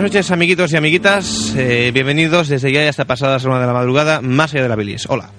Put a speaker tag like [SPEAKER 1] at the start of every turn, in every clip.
[SPEAKER 1] noches, amiguitos y amiguitas. Eh, bienvenidos desde ya y hasta pasada semana de la madrugada, más allá de la bilis. Hola.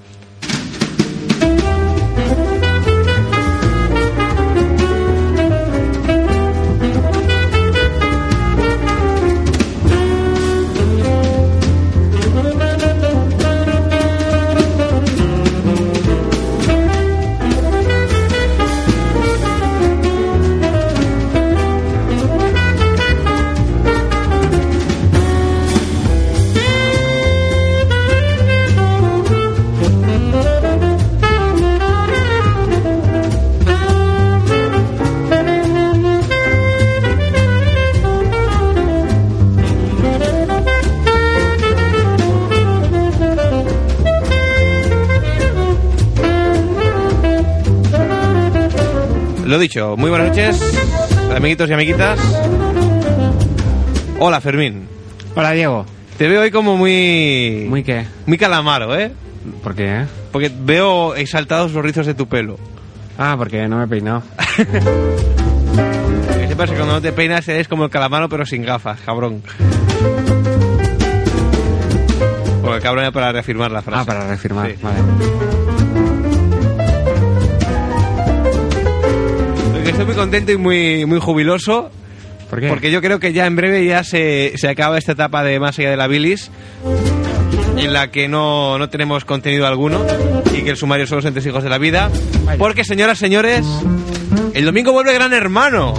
[SPEAKER 1] Lo dicho, muy buenas noches, amiguitos y amiguitas. Hola, Fermín.
[SPEAKER 2] Hola, Diego.
[SPEAKER 1] Te veo hoy como muy...
[SPEAKER 2] ¿Muy qué?
[SPEAKER 1] Muy calamaro, ¿eh?
[SPEAKER 2] ¿Por qué? eh?
[SPEAKER 1] Porque veo exaltados los rizos de tu pelo.
[SPEAKER 2] Ah, porque no me he peinado.
[SPEAKER 1] Que sepas que cuando no te peinas eres como el calamaro pero sin gafas, cabrón. Porque cabrón era para reafirmar la frase.
[SPEAKER 2] Ah, para reafirmar.
[SPEAKER 1] Sí.
[SPEAKER 2] Vale.
[SPEAKER 1] Porque Estoy muy contento y muy, muy jubiloso
[SPEAKER 2] ¿Por qué?
[SPEAKER 1] Porque yo creo que ya en breve ya se, se acaba esta etapa de más allá de la bilis, en la que no, no tenemos contenido alguno y que el sumario son los entes hijos de la vida.
[SPEAKER 2] Vaya.
[SPEAKER 1] Porque, señoras, señores, el domingo vuelve Gran Hermano.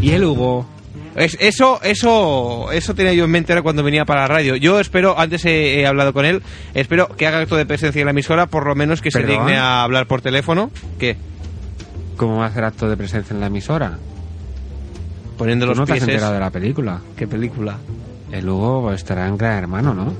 [SPEAKER 2] ¿Y el Hugo?
[SPEAKER 1] Es, eso, eso, eso tenía yo en mente ahora cuando venía para la radio. Yo espero, antes he, he hablado con él, espero que haga acto de presencia en la emisora, por lo menos que se
[SPEAKER 2] ¿Perdón?
[SPEAKER 1] digne a hablar por teléfono. ¿Qué?
[SPEAKER 2] ¿Cómo va a hacer acto de presencia en la emisora?
[SPEAKER 1] Poniendo
[SPEAKER 2] ¿Tú
[SPEAKER 1] los
[SPEAKER 2] no te has
[SPEAKER 1] pies.
[SPEAKER 2] enterado de la película?
[SPEAKER 1] ¿Qué película?
[SPEAKER 2] El Hugo estará en Gran Hermano, ¿no?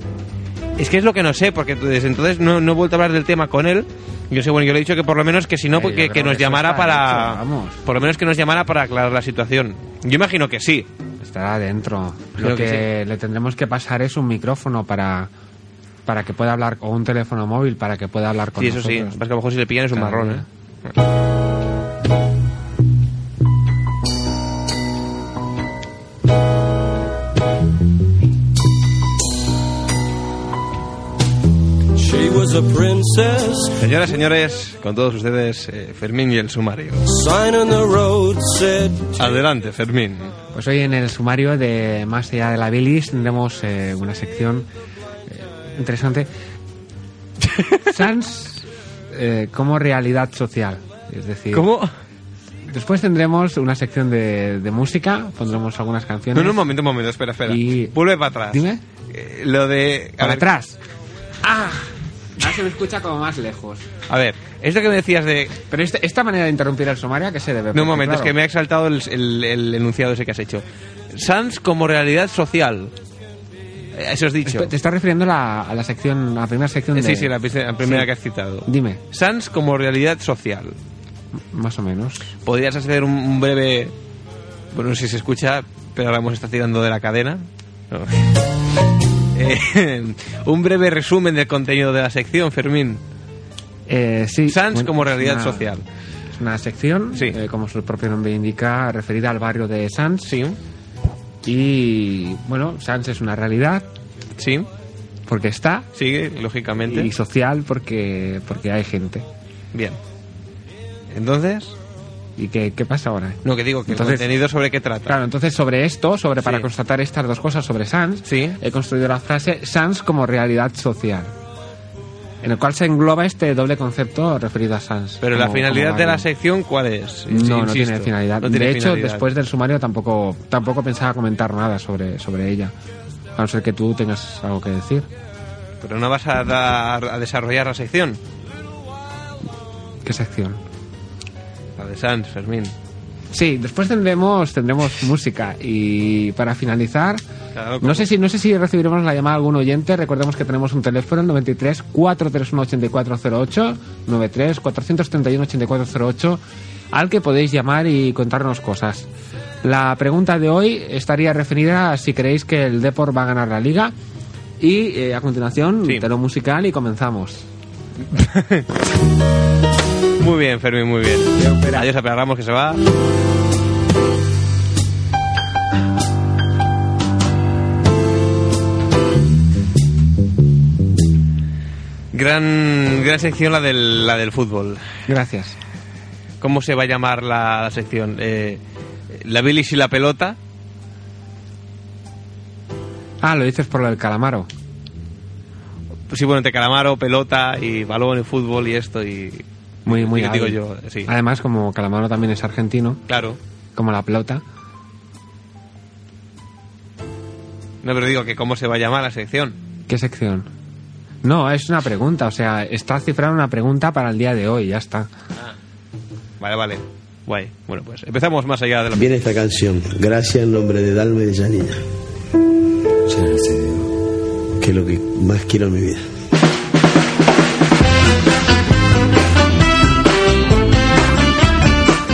[SPEAKER 1] Es que es lo que no sé, porque desde entonces no, no he vuelto a hablar del tema con él. Yo sé, bueno, yo le he dicho que por lo menos que si no,
[SPEAKER 2] Eh, yo
[SPEAKER 1] pues, que,
[SPEAKER 2] creo
[SPEAKER 1] que nos
[SPEAKER 2] que eso
[SPEAKER 1] llamara
[SPEAKER 2] está
[SPEAKER 1] para.
[SPEAKER 2] hecho, vamos.
[SPEAKER 1] Por lo menos que nos llamara para aclarar la situación. Yo imagino que sí.
[SPEAKER 2] Estará dentro.
[SPEAKER 1] Creo
[SPEAKER 2] Lo
[SPEAKER 1] que
[SPEAKER 2] que, le tendremos que pasar es un micrófono para, para que pueda hablar, o un teléfono móvil para que pueda hablar con
[SPEAKER 1] Sí, eso sí. Lo
[SPEAKER 2] nosotros.
[SPEAKER 1] que pasa es que a lo mejor si le pillan es un
[SPEAKER 2] Claro,
[SPEAKER 1] marrón,
[SPEAKER 2] ya.
[SPEAKER 1] ¿eh?
[SPEAKER 3] She was a princess,
[SPEAKER 1] Señoras, señores, con todos ustedes, eh, Fermín y el sumario.
[SPEAKER 3] sign on the road said,
[SPEAKER 1] Adelante, Fermín.
[SPEAKER 2] Pues hoy en el sumario de Más allá de la bilis tendremos eh, una sección eh, interesante. Sans eh, como realidad social. Es decir,
[SPEAKER 1] ¿Cómo?
[SPEAKER 2] después tendremos una sección de, de música, pondremos algunas
[SPEAKER 1] No,
[SPEAKER 2] canciones.
[SPEAKER 1] no, un momento, un momento, espera, espera.
[SPEAKER 2] Y-
[SPEAKER 1] Vuelve para atrás.
[SPEAKER 2] Dime.
[SPEAKER 1] Eh, lo de. a
[SPEAKER 2] Para
[SPEAKER 1] ver,
[SPEAKER 2] atrás. ¡Ah! Ahora se me escucha como más lejos.
[SPEAKER 1] A ver, esto que me decías de.
[SPEAKER 2] Pero este- esta manera de interrumpir el sumario, ¿a qué se
[SPEAKER 1] No,
[SPEAKER 2] debe? Porque,
[SPEAKER 1] un momento, es
[SPEAKER 2] claro,
[SPEAKER 1] que me ha exaltado el, el- el enunciado ese que has hecho. Sans como realidad social. Eh, Eso has dicho.
[SPEAKER 2] Espe- Te estás refiriendo a la, a la sección, a la primera sección
[SPEAKER 1] Eh,
[SPEAKER 2] de...
[SPEAKER 1] Sí, sí, la, pri- la primera
[SPEAKER 2] Sí.
[SPEAKER 1] que has citado.
[SPEAKER 2] Dime.
[SPEAKER 1] Sans como realidad social.
[SPEAKER 2] más o menos.
[SPEAKER 1] ¿Podrías hacer un, un breve... Bueno, no sé si se escucha, pero ahora hemos estado tirando de la cadena. No. Eh, un breve resumen del contenido de la sección, Fermín.
[SPEAKER 2] Eh, sí,
[SPEAKER 1] Sans
[SPEAKER 2] bueno,
[SPEAKER 1] como
[SPEAKER 2] es
[SPEAKER 1] realidad
[SPEAKER 2] una-
[SPEAKER 1] social.
[SPEAKER 2] Es una sección,
[SPEAKER 1] Sí.
[SPEAKER 2] eh, como su propio nombre indica, referida al barrio de Sans.
[SPEAKER 1] Sí,
[SPEAKER 2] Y bueno, Sans es una realidad
[SPEAKER 1] sí,
[SPEAKER 2] porque está
[SPEAKER 1] sigue, lógicamente.
[SPEAKER 2] y social porque, porque hay gente.
[SPEAKER 1] Bien. Entonces,
[SPEAKER 2] ¿Y qué, qué pasa ahora?
[SPEAKER 1] no, que digo, que el
[SPEAKER 2] Entonces-
[SPEAKER 1] contenido sobre qué trata.
[SPEAKER 2] Claro, entonces sobre esto, sobre para
[SPEAKER 1] Sí.
[SPEAKER 2] constatar estas dos cosas sobre Sans,
[SPEAKER 1] Sí.
[SPEAKER 2] he construido la frase Sans como realidad social, en el cual se engloba este doble concepto referido a Sans.
[SPEAKER 1] Pero la
[SPEAKER 2] como-
[SPEAKER 1] finalidad
[SPEAKER 2] como
[SPEAKER 1] de la
[SPEAKER 2] algo.
[SPEAKER 1] sección, ¿cuál es?
[SPEAKER 2] No, no
[SPEAKER 1] Insisto,
[SPEAKER 2] tiene finalidad.
[SPEAKER 1] no tiene
[SPEAKER 2] de hecho,
[SPEAKER 1] finalidad.
[SPEAKER 2] después del sumario tampoco, tampoco pensaba comentar nada sobre, sobre ella. A no ser que tú tengas algo que decir.
[SPEAKER 1] Pero no vas a, dar- a desarrollar la sección.
[SPEAKER 2] ¿Qué sección?
[SPEAKER 1] La de Sans, Fermín.
[SPEAKER 2] Sí, después tendremos, tendremos música. Y para finalizar,
[SPEAKER 1] Claro, como-
[SPEAKER 2] no sé, si, no sé si recibiremos la llamada de algún oyente. Recordemos que tenemos un teléfono, el 93 431 8408, 93 431 8408, al que podéis llamar y contarnos cosas. La pregunta de hoy estaría referida a si creéis que el Depor va a ganar la liga. Y eh, a continuación,
[SPEAKER 1] Sí.
[SPEAKER 2] telón musical y comenzamos.
[SPEAKER 1] Muy bien, Fermín, muy bien. Adiós a Pera Ramos, que se va. Gran, gran sección la del, la del fútbol.
[SPEAKER 2] Gracias.
[SPEAKER 1] ¿Cómo se va a llamar la, la sección? Eh, ¿La bilis y la pelota?
[SPEAKER 2] Ah, lo dices por lo del calamaro.
[SPEAKER 1] Pues Sí, bueno, entre calamaro, pelota y balón y fútbol y esto y...
[SPEAKER 2] Muy, muy
[SPEAKER 1] digo
[SPEAKER 2] hábil.
[SPEAKER 1] yo, sí.
[SPEAKER 2] Además, como Calamaro también es argentino,
[SPEAKER 1] Claro.
[SPEAKER 2] como la pelota,
[SPEAKER 1] No, pero digo que cómo se va a llamar la sección.
[SPEAKER 2] ¿qué sección? No, es una pregunta, o sea, está cifrada una pregunta para el día de hoy, ya está.
[SPEAKER 1] Vale, vale. Guay. Bueno, pues empezamos más allá de la...
[SPEAKER 4] Viene esta canción, gracias en nombre de Dalma y de Janina. Ya no sé, digo, que es lo que más quiero en mi vida.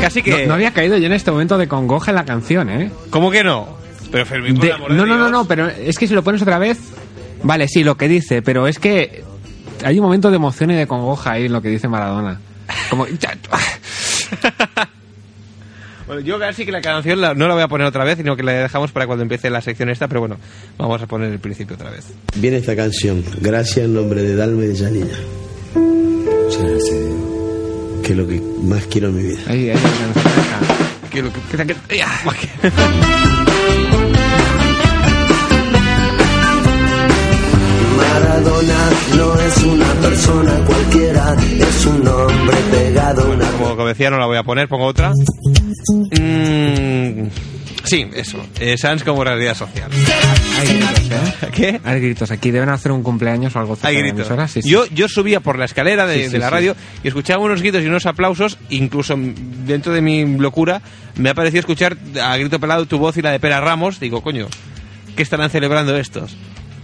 [SPEAKER 1] Casi que...
[SPEAKER 2] No, no había caído yo en este momento de congoja en la canción, ¿eh?
[SPEAKER 1] ¿Cómo que no? Pero Fermín, por
[SPEAKER 2] De-
[SPEAKER 1] el amor de
[SPEAKER 2] no, no, no,
[SPEAKER 1] Dios.
[SPEAKER 2] no, pero es que si lo pones otra vez, vale, sí, lo que dice, pero es que hay un momento de emoción y de congoja ahí en lo que dice Maradona. Como...
[SPEAKER 1] Bueno, yo casi que la canción la- no la voy a poner otra vez, sino que la dejamos para cuando empiece la sección esta, pero bueno, vamos a poner el principio otra vez.
[SPEAKER 4] Viene esta canción, gracias en nombre de Dalma y de Janina. Ya no sé, digo, que es lo que más quiero en mi vida.
[SPEAKER 2] Ahí, ahí, la canción esa.
[SPEAKER 1] Quiero que-
[SPEAKER 5] Maradona no es una persona cualquiera, es un hombre pegado a una
[SPEAKER 1] Como, como decía, no la voy a poner, pongo otra. Mm, sí, eso. Eh, Sans como realidad social.
[SPEAKER 2] Hay gritos, ¿eh?
[SPEAKER 1] ¿Qué?
[SPEAKER 2] Hay gritos, aquí deben hacer un cumpleaños o algo cerca
[SPEAKER 1] Hay
[SPEAKER 2] de la
[SPEAKER 1] gritos.
[SPEAKER 2] emisora, sí, sí.
[SPEAKER 1] Yo, yo subía por la escalera de,
[SPEAKER 2] Sí, sí,
[SPEAKER 1] de la
[SPEAKER 2] sí.
[SPEAKER 1] radio y escuchaba unos gritos y unos aplausos. Incluso m- dentro de mi locura me ha parecido escuchar a grito pelado tu voz y la de Pera Ramos. Digo, coño, ¿qué estarán celebrando estos?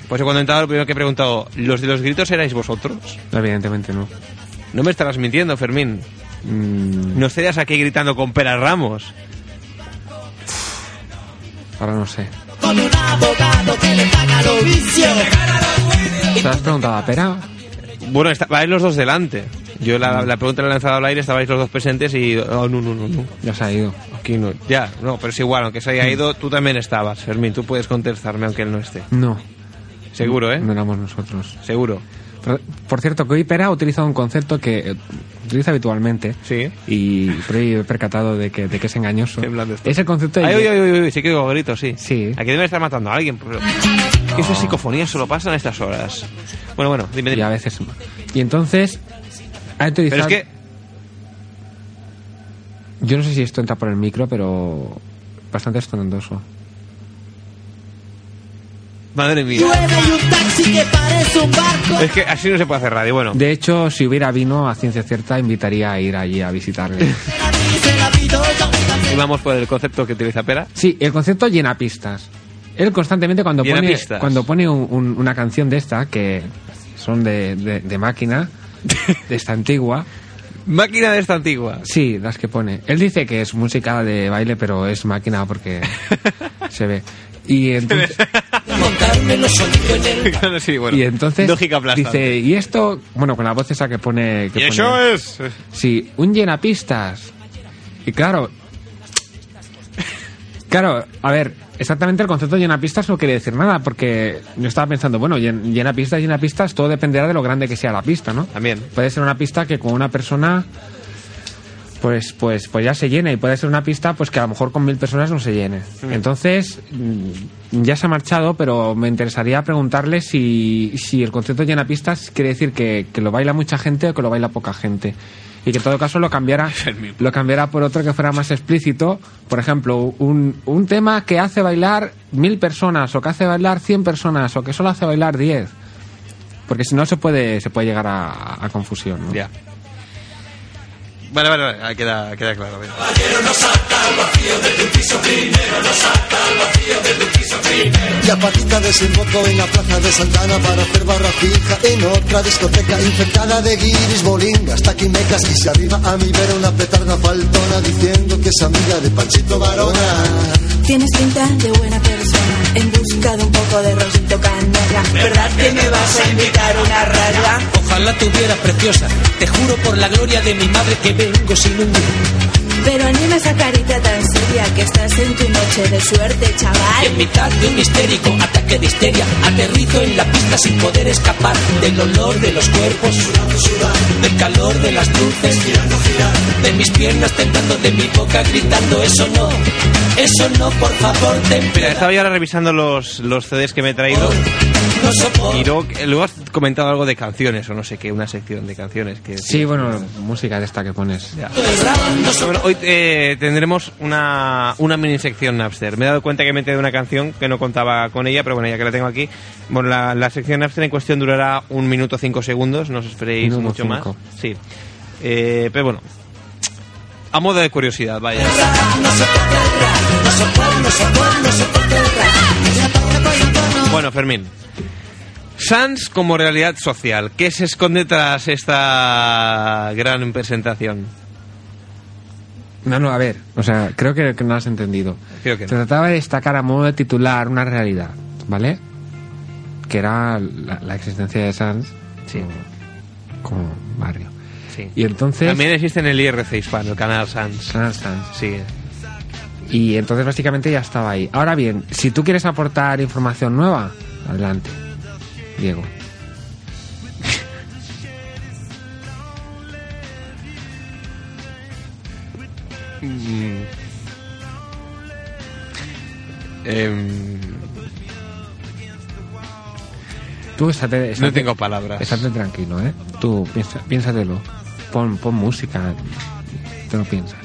[SPEAKER 1] Pues cuando he entrado lo primero que he preguntado, ¿los de los gritos erais vosotros?
[SPEAKER 2] No, Evidentemente no.
[SPEAKER 1] No me estarás mintiendo, Fermín.
[SPEAKER 2] Mm,
[SPEAKER 1] No estarías aquí gritando con Pera Ramos.
[SPEAKER 2] ahora no sé.
[SPEAKER 6] con un abogado que le paga los vicios.
[SPEAKER 2] ¿Te has preguntado a Pera?
[SPEAKER 1] Bueno, estabais los dos delante. Yo
[SPEAKER 2] Mm.
[SPEAKER 1] la, la pregunta la he lanzado al aire, estabais los dos presentes y... oh, no, no, no, no.
[SPEAKER 2] Ya se ha ido.
[SPEAKER 1] Aquí no. Ya, no, pero es igual, aunque se haya ido, tú también estabas, Fermín. Tú puedes contestarme aunque él no esté.
[SPEAKER 2] No.
[SPEAKER 1] Seguro, ¿eh?
[SPEAKER 2] No éramos nosotros.
[SPEAKER 1] Seguro.
[SPEAKER 2] Por, por cierto, que hoy Pera ha utilizado un concepto que eh, utiliza habitualmente.
[SPEAKER 1] Sí.
[SPEAKER 2] Y por ahí he percatado de que, de que es engañoso.
[SPEAKER 1] Temblando está.
[SPEAKER 2] Es el concepto de...
[SPEAKER 1] Ay, uy, uy, uy, uy, sí que oigo gritos, sí.
[SPEAKER 2] Sí.
[SPEAKER 1] Aquí deben estar matando a alguien. Pero... Esas psicofonías solo pasan a estas horas. Bueno, bueno, dime,
[SPEAKER 2] Y a
[SPEAKER 1] dime.
[SPEAKER 2] veces... Y entonces... Ha
[SPEAKER 1] Pero
[SPEAKER 2] utilizado...
[SPEAKER 1] es que...
[SPEAKER 2] Yo no sé si esto entra por el micro, pero... Bastante estondoso.
[SPEAKER 1] Madre mía.
[SPEAKER 6] Llueve y un taxi que parece un barco.
[SPEAKER 1] Es que así no se puede hacer radio. Bueno,
[SPEAKER 2] De hecho, si hubiera vino, a ciencia cierta, invitaría a ir allí a visitarle.
[SPEAKER 6] Se la vi yo, yo también.
[SPEAKER 1] y vamos por el concepto que utiliza Pera.
[SPEAKER 2] Sí, el concepto llena pistas. Él constantemente cuando
[SPEAKER 1] Llena
[SPEAKER 2] pone,
[SPEAKER 1] pistas.
[SPEAKER 2] cuando pone un- un- una canción de esta, que son de, de- de máquina, de esta antigua,
[SPEAKER 1] Máquina de esta antigua.
[SPEAKER 2] Sí, las que pone. Él dice que es música de baile, pero es máquina porque se ve. Y entonces,
[SPEAKER 1] Claro, sí, bueno.
[SPEAKER 2] y entonces
[SPEAKER 1] Lógica plástica.
[SPEAKER 2] dice, y esto, bueno, con la voz esa que pone... Que
[SPEAKER 1] y
[SPEAKER 2] pone-
[SPEAKER 1] eso es.
[SPEAKER 2] Sí, un llenapistas. Y claro... Claro, a ver, exactamente el concepto de llenapistas no quiere decir nada, porque yo estaba pensando, bueno, llen- llenapistas, llenapistas, todo dependerá de lo grande que sea la pista, ¿no?
[SPEAKER 1] También.
[SPEAKER 2] Puede ser una pista que con una persona pues pues pues ya se llene y puede ser una pista pues que a lo mejor con mil personas no se llene. Entonces mm, ya se ha marchado, pero me interesaría preguntarle si, si el concepto llena pistas quiere decir que, que lo baila mucha gente o que lo baila poca gente. Y que en todo caso lo cambiara, lo cambiara por otro que fuera más explícito. Por ejemplo, un, un tema que hace bailar mil personas, o que hace bailar cien personas, o que solo hace bailar diez. Porque si no se puede, se puede llegar a, a confusión. ¿no?
[SPEAKER 1] Ya. Vale, vale, vale. ah, Queda, queda claro. venga.
[SPEAKER 7] La patita desembocó en la plaza de Santana para hacer barra fija en otra discoteca infectada de guiris, bolingas, taquimecas y se arriba a mi vera una petarda faltona diciendo que es amiga de Panchito Barona.
[SPEAKER 8] Tienes pinta de buena persona, en busca de un poco de rosito canela. ¿Verdad que me vas a invitar una raya?
[SPEAKER 6] Ojalá te hubiera preciosa, te juro por la gloria de mi madre que vengo sin un
[SPEAKER 8] Pero anima esa carita tan seria que estás en tu noche de suerte,
[SPEAKER 6] En
[SPEAKER 8] chaval.
[SPEAKER 6] mitad de un histérico ataque de histeria, aterrizo en la pista sin poder escapar del olor de los cuerpos, del calor de las luces, de mis piernas tentando, de mi boca gritando, eso no, eso no, por favor, ten
[SPEAKER 1] Mira,
[SPEAKER 6] piedad,
[SPEAKER 1] estaba yo ahora revisando los, los CDs que me he traído.
[SPEAKER 6] no soporto.
[SPEAKER 1] Y luego, luego has comentado algo de canciones, o no sé qué, una sección de canciones. que
[SPEAKER 2] Sí, bueno, música de esta que pones.
[SPEAKER 1] Bueno, hoy eh, tendremos una, una mini sección Napster. Me he dado cuenta que me he traído una canción que no contaba con ella, pero bueno, ya que la tengo aquí. Bueno, la, la sección Napster en cuestión durará un minuto cinco segundos, no os esperéis
[SPEAKER 2] Minuto
[SPEAKER 1] mucho
[SPEAKER 2] cinco.
[SPEAKER 1] más. Sí. Eh, pero bueno, a modo de curiosidad, vaya. Bueno, Fermín. Sans como realidad social. ¿Qué se esconde tras esta gran presentación?
[SPEAKER 2] No, no, a ver, o sea, creo que, que no has entendido.
[SPEAKER 1] Creo que
[SPEAKER 2] Se
[SPEAKER 1] no.
[SPEAKER 2] trataba de destacar a modo de titular una realidad, ¿vale? Que era la, la existencia de Sans
[SPEAKER 1] Sí.
[SPEAKER 2] como, como barrio.
[SPEAKER 1] Sí. Ah.
[SPEAKER 2] Y entonces...
[SPEAKER 1] También existe en el IRC hispano, el canal Sans.
[SPEAKER 2] Sans, Sans.
[SPEAKER 1] Sí.
[SPEAKER 2] Y entonces básicamente ya estaba ahí. Ahora bien, si tú quieres aportar información nueva, adelante, Diego.
[SPEAKER 1] Em,
[SPEAKER 2] Tú estate,
[SPEAKER 1] no
[SPEAKER 2] estate-
[SPEAKER 1] tengo palabras.
[SPEAKER 2] Estate tranquilo, ¿eh? Tú piensa, piénsatelo. Pon, pon música. Te lo piensas.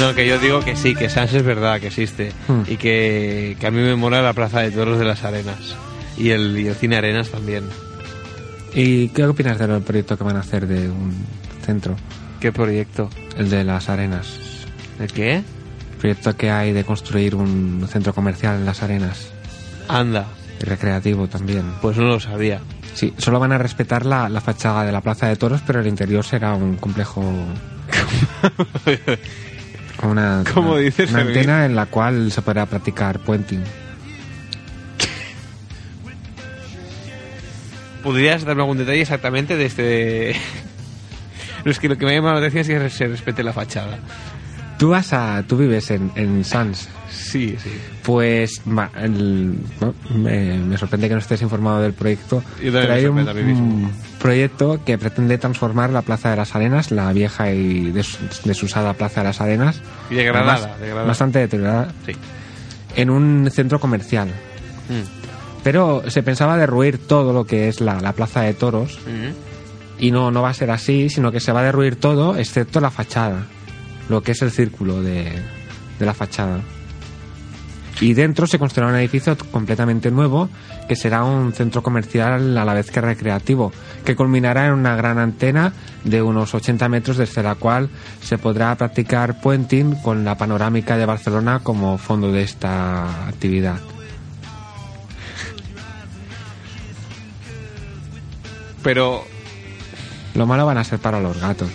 [SPEAKER 1] No, que yo digo que sí, que Sans es verdad, que existe.
[SPEAKER 2] Hmm.
[SPEAKER 1] Y que, que a mí me mola la Plaza de Toros de las Arenas. Y el, y el Cine Arenas también.
[SPEAKER 2] ¿Y qué opinas del proyecto que van a hacer de un centro?
[SPEAKER 1] ¿Qué proyecto?
[SPEAKER 2] El de las arenas.
[SPEAKER 1] ¿El qué?
[SPEAKER 2] Proyecto que hay de construir un centro comercial en las arenas.
[SPEAKER 1] Anda,
[SPEAKER 2] Y recreativo también.
[SPEAKER 1] pues no lo sabía.
[SPEAKER 2] Sí, solo van a respetar la, la fachada de la Plaza de Toros, pero el interior será un complejo... con una,
[SPEAKER 1] ¿Cómo
[SPEAKER 2] una-
[SPEAKER 1] dices,
[SPEAKER 2] una
[SPEAKER 1] Fermín?
[SPEAKER 2] antena en la cual se podrá practicar puenting.
[SPEAKER 1] ¿Podrías darme algún detalle exactamente de este.? No, es que lo que me llama la atención es que se respete la fachada.
[SPEAKER 2] Tú vas a... Tú vives en, en Sans.
[SPEAKER 1] Sí, sí.
[SPEAKER 2] Pues ma- el- bueno, me, me sorprende que no estés informado del proyecto.
[SPEAKER 1] Yo también
[SPEAKER 2] Pero
[SPEAKER 1] me
[SPEAKER 2] hay un,
[SPEAKER 1] sorprende a mí mismo.
[SPEAKER 2] un proyecto que pretende transformar la Plaza de las Arenas, la vieja y des- desusada Plaza de las Arenas,
[SPEAKER 1] Y degradada,
[SPEAKER 2] además,
[SPEAKER 1] degradada.
[SPEAKER 2] bastante deteriorada,
[SPEAKER 1] Sí.
[SPEAKER 2] en un centro comercial.
[SPEAKER 1] Mm.
[SPEAKER 2] Pero se pensaba derruir todo lo que es la, la Plaza de Toros
[SPEAKER 1] Mm-hmm.
[SPEAKER 2] y no, no va a ser así, sino que se va a derruir todo excepto la fachada, lo que es el círculo de, de la fachada. Y dentro se construirá un edificio t- completamente nuevo que será un centro comercial a la vez que recreativo, que culminará en una gran antena de unos 80 metros desde la cual se podrá practicar puenting con la panorámica de Barcelona como fondo de esta actividad.
[SPEAKER 1] Pero
[SPEAKER 2] Lo malo van a ser para los gatos.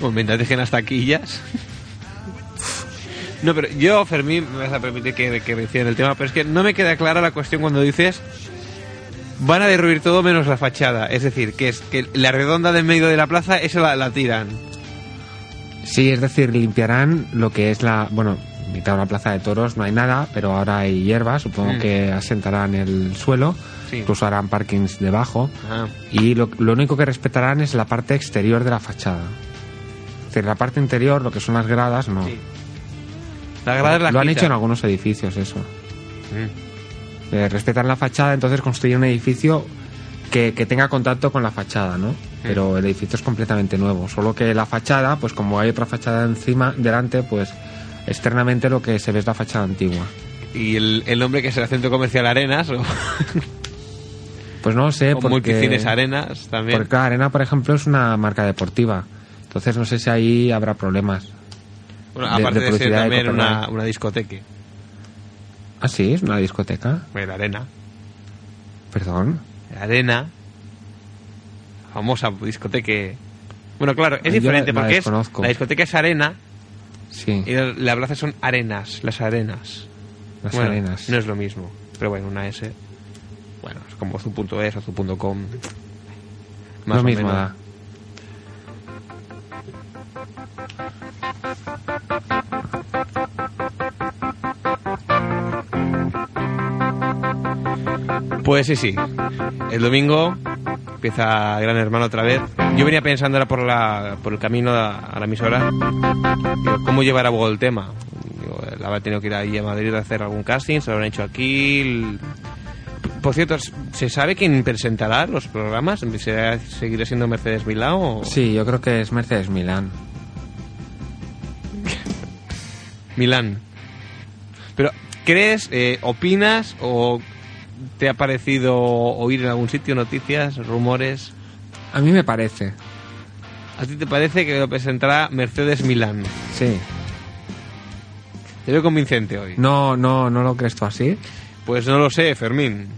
[SPEAKER 1] Pues mientras dejen las taquillas. No, pero yo, Fermín, me vas a permitir que, que mencione el tema, pero es que no me queda clara la cuestión cuando dices van a derruir todo menos la fachada. Es decir, que es que la redonda del medio de la plaza, eso la, la tiran.
[SPEAKER 2] Sí, es decir, limpiarán lo que es la. Bueno, mitad de la plaza de toros no hay nada, pero ahora hay hierba, supongo
[SPEAKER 1] Mm.
[SPEAKER 2] que asentarán el suelo,
[SPEAKER 1] Sí.
[SPEAKER 2] incluso harán parkings debajo. Y lo, lo único que respetarán es la parte exterior de la fachada. Es decir, la parte interior, lo que son las gradas, no.
[SPEAKER 1] Sí. La grada es la
[SPEAKER 2] lo han hecho en
[SPEAKER 1] quitan.
[SPEAKER 2] algunos edificios, eso.
[SPEAKER 1] Mm.
[SPEAKER 2] Eh, respetan la fachada, entonces construyen un edificio que, que tenga contacto con la fachada,
[SPEAKER 1] Mm.
[SPEAKER 2] ¿no? Pero el edificio es completamente nuevo. Solo que la fachada, pues como hay otra fachada encima, delante, pues externamente lo que se ve es la fachada antigua.
[SPEAKER 1] Y el, el nombre que será Centro Comercial Arenas o,
[SPEAKER 2] Pues no lo sé,
[SPEAKER 1] o
[SPEAKER 2] porque...
[SPEAKER 1] Multicines Arenas también.
[SPEAKER 2] Porque Arena, por ejemplo, es una marca deportiva. Entonces no sé si ahí habrá problemas.
[SPEAKER 1] Bueno,
[SPEAKER 2] de-
[SPEAKER 1] aparte
[SPEAKER 2] de
[SPEAKER 1] de, ser
[SPEAKER 2] publicidad de
[SPEAKER 1] también una,
[SPEAKER 2] Copenhague.
[SPEAKER 1] una discoteca.
[SPEAKER 2] Ah, sí, es una discoteca.
[SPEAKER 1] Bueno, Arena.
[SPEAKER 2] Perdón.
[SPEAKER 1] Arena, famosa discoteca. Bueno, claro, es
[SPEAKER 2] Yo
[SPEAKER 1] diferente
[SPEAKER 2] la- la
[SPEAKER 1] porque es,
[SPEAKER 2] desconozco.
[SPEAKER 1] la discoteca es arena
[SPEAKER 2] Sí,
[SPEAKER 1] y la la plaza son arenas, las arenas.
[SPEAKER 2] las
[SPEAKER 1] Bueno,
[SPEAKER 2] arenas.
[SPEAKER 1] No es lo mismo, pero bueno, una S. Bueno, es como zu.es o zu.com.
[SPEAKER 2] Lo
[SPEAKER 1] Más o
[SPEAKER 2] mismo
[SPEAKER 1] menos.
[SPEAKER 2] da.
[SPEAKER 1] Pues sí, sí. El domingo empieza Gran Hermano otra vez. Yo venía pensando ahora por, la, por el camino a, a la emisora, digo, ¿cómo llevar a Bogo el tema? Digo, él habrá tenido que ir ahí a Madrid a hacer algún casting, se lo habrán hecho aquí. el- Por cierto, ¿se sabe quién presentará los programas? ¿Será- ¿Seguirá siendo Mercedes Milao? O...
[SPEAKER 2] Sí, yo creo que es Mercedes Milán.
[SPEAKER 1] Milán. Pero, ¿crees, eh, opinas o te ha parecido oír en algún sitio noticias, rumores?
[SPEAKER 2] A mí me parece,
[SPEAKER 1] ¿A ti te parece que lo presentará Mercedes Milán?
[SPEAKER 2] sí.
[SPEAKER 1] Te veo convincente hoy.
[SPEAKER 2] No, no, no lo crees tú así.
[SPEAKER 1] Pues no lo sé, Fermín.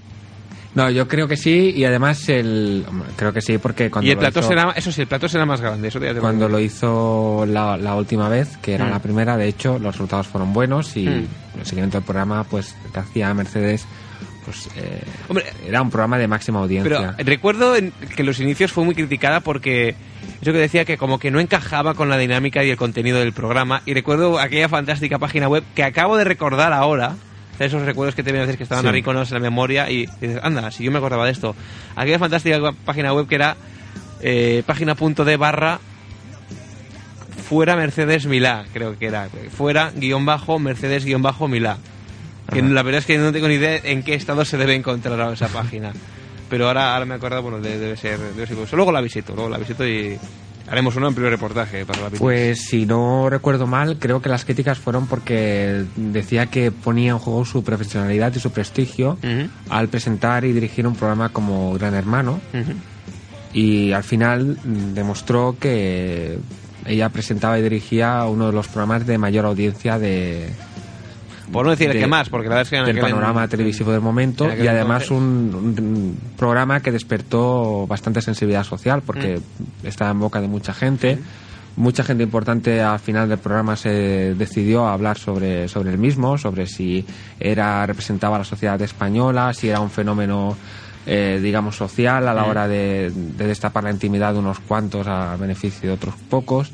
[SPEAKER 2] No, yo creo que sí y además el hombre, creo que sí porque cuando
[SPEAKER 1] y el
[SPEAKER 2] lo
[SPEAKER 1] plato
[SPEAKER 2] hizo-
[SPEAKER 1] será, eso sí, el plato será más grande. Eso ya te
[SPEAKER 2] cuando
[SPEAKER 1] digo.
[SPEAKER 2] lo hizo la, la última vez, que era
[SPEAKER 1] Mm.
[SPEAKER 2] la primera, de hecho, los resultados fueron buenos y
[SPEAKER 1] Mm.
[SPEAKER 2] el seguimiento del programa, pues, que hacía Mercedes, pues, eh,
[SPEAKER 1] Hombre,
[SPEAKER 2] era un programa de máxima
[SPEAKER 1] pero
[SPEAKER 2] audiencia.
[SPEAKER 1] recuerdo en- que en los inicios fue muy criticada porque eso que decía que como que no encajaba con la dinámica y el contenido del programa. Y recuerdo aquella fantástica página web que acabo de recordar ahora. Esos recuerdos que te vienen a decir que estaban
[SPEAKER 2] Sí.
[SPEAKER 1] arrinconados en la memoria y dices, anda, si yo me acordaba de esto. Aquella fantástica web- página web que era eh, página.de barra fuera Mercedes Milá, creo que era. Fuera guión bajo Mercedes guión bajo Milá. Que
[SPEAKER 2] Ajá.
[SPEAKER 1] la verdad es que no tengo ni idea en qué estado se debe encontrar ahora esa página. Pero ahora, ahora me acuerdo, bueno, de- debe ser. Debe ser cosa. luego la visito, luego la visito y haremos un amplio reportaje para la visita.
[SPEAKER 2] Pues, si no recuerdo mal, creo que las críticas fueron porque decía que ponía en juego su profesionalidad y su prestigio
[SPEAKER 1] Ujú,
[SPEAKER 2] al presentar y dirigir un programa como Gran Hermano.
[SPEAKER 1] ujú.
[SPEAKER 2] y al final mm, demostró que ella presentaba y dirigía uno de los programas de mayor audiencia de
[SPEAKER 1] Por no decir el
[SPEAKER 2] de-
[SPEAKER 1] que más, porque la verdad es que en
[SPEAKER 2] del
[SPEAKER 1] aquel en-
[SPEAKER 2] panorama televisivo del momento
[SPEAKER 1] en aquel
[SPEAKER 2] y además
[SPEAKER 1] entonces-
[SPEAKER 2] un, un programa que despertó bastante sensibilidad social porque estaba en boca de mucha gente mucha gente importante al final del programa se decidió a hablar sobre sobre el mismo sobre si era representaba a la sociedad española si era un fenómeno eh, digamos social a la hora de, de destapar la intimidad de unos cuantos a beneficio de otros pocos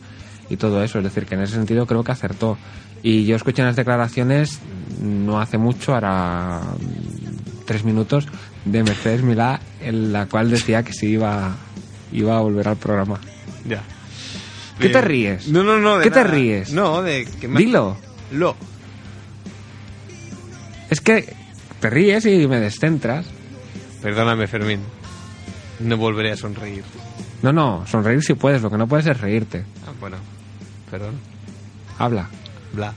[SPEAKER 2] y todo eso. Es decir, que en ese sentido creo que acertó. Y yo escuché unas declaraciones no hace mucho, hará mm, tres minutos, de Mercedes Milá, en la cual decía que sí iba, iba a volver al programa.
[SPEAKER 1] Ya.
[SPEAKER 2] ¿Qué
[SPEAKER 1] De-
[SPEAKER 2] te ríes?
[SPEAKER 1] No, no, no. de
[SPEAKER 2] ¿Qué te
[SPEAKER 1] nada.
[SPEAKER 2] ríes?
[SPEAKER 1] No, de. que me-
[SPEAKER 2] Dilo.
[SPEAKER 1] Lo.
[SPEAKER 2] Es que te ríes y me descentras.
[SPEAKER 1] Perdóname, Fermín. No volveré a sonreír.
[SPEAKER 2] No, no, sonreír si puedes, lo que no puedes es reírte.
[SPEAKER 1] Ah, bueno. Perdón.
[SPEAKER 2] Habla.
[SPEAKER 1] Bla.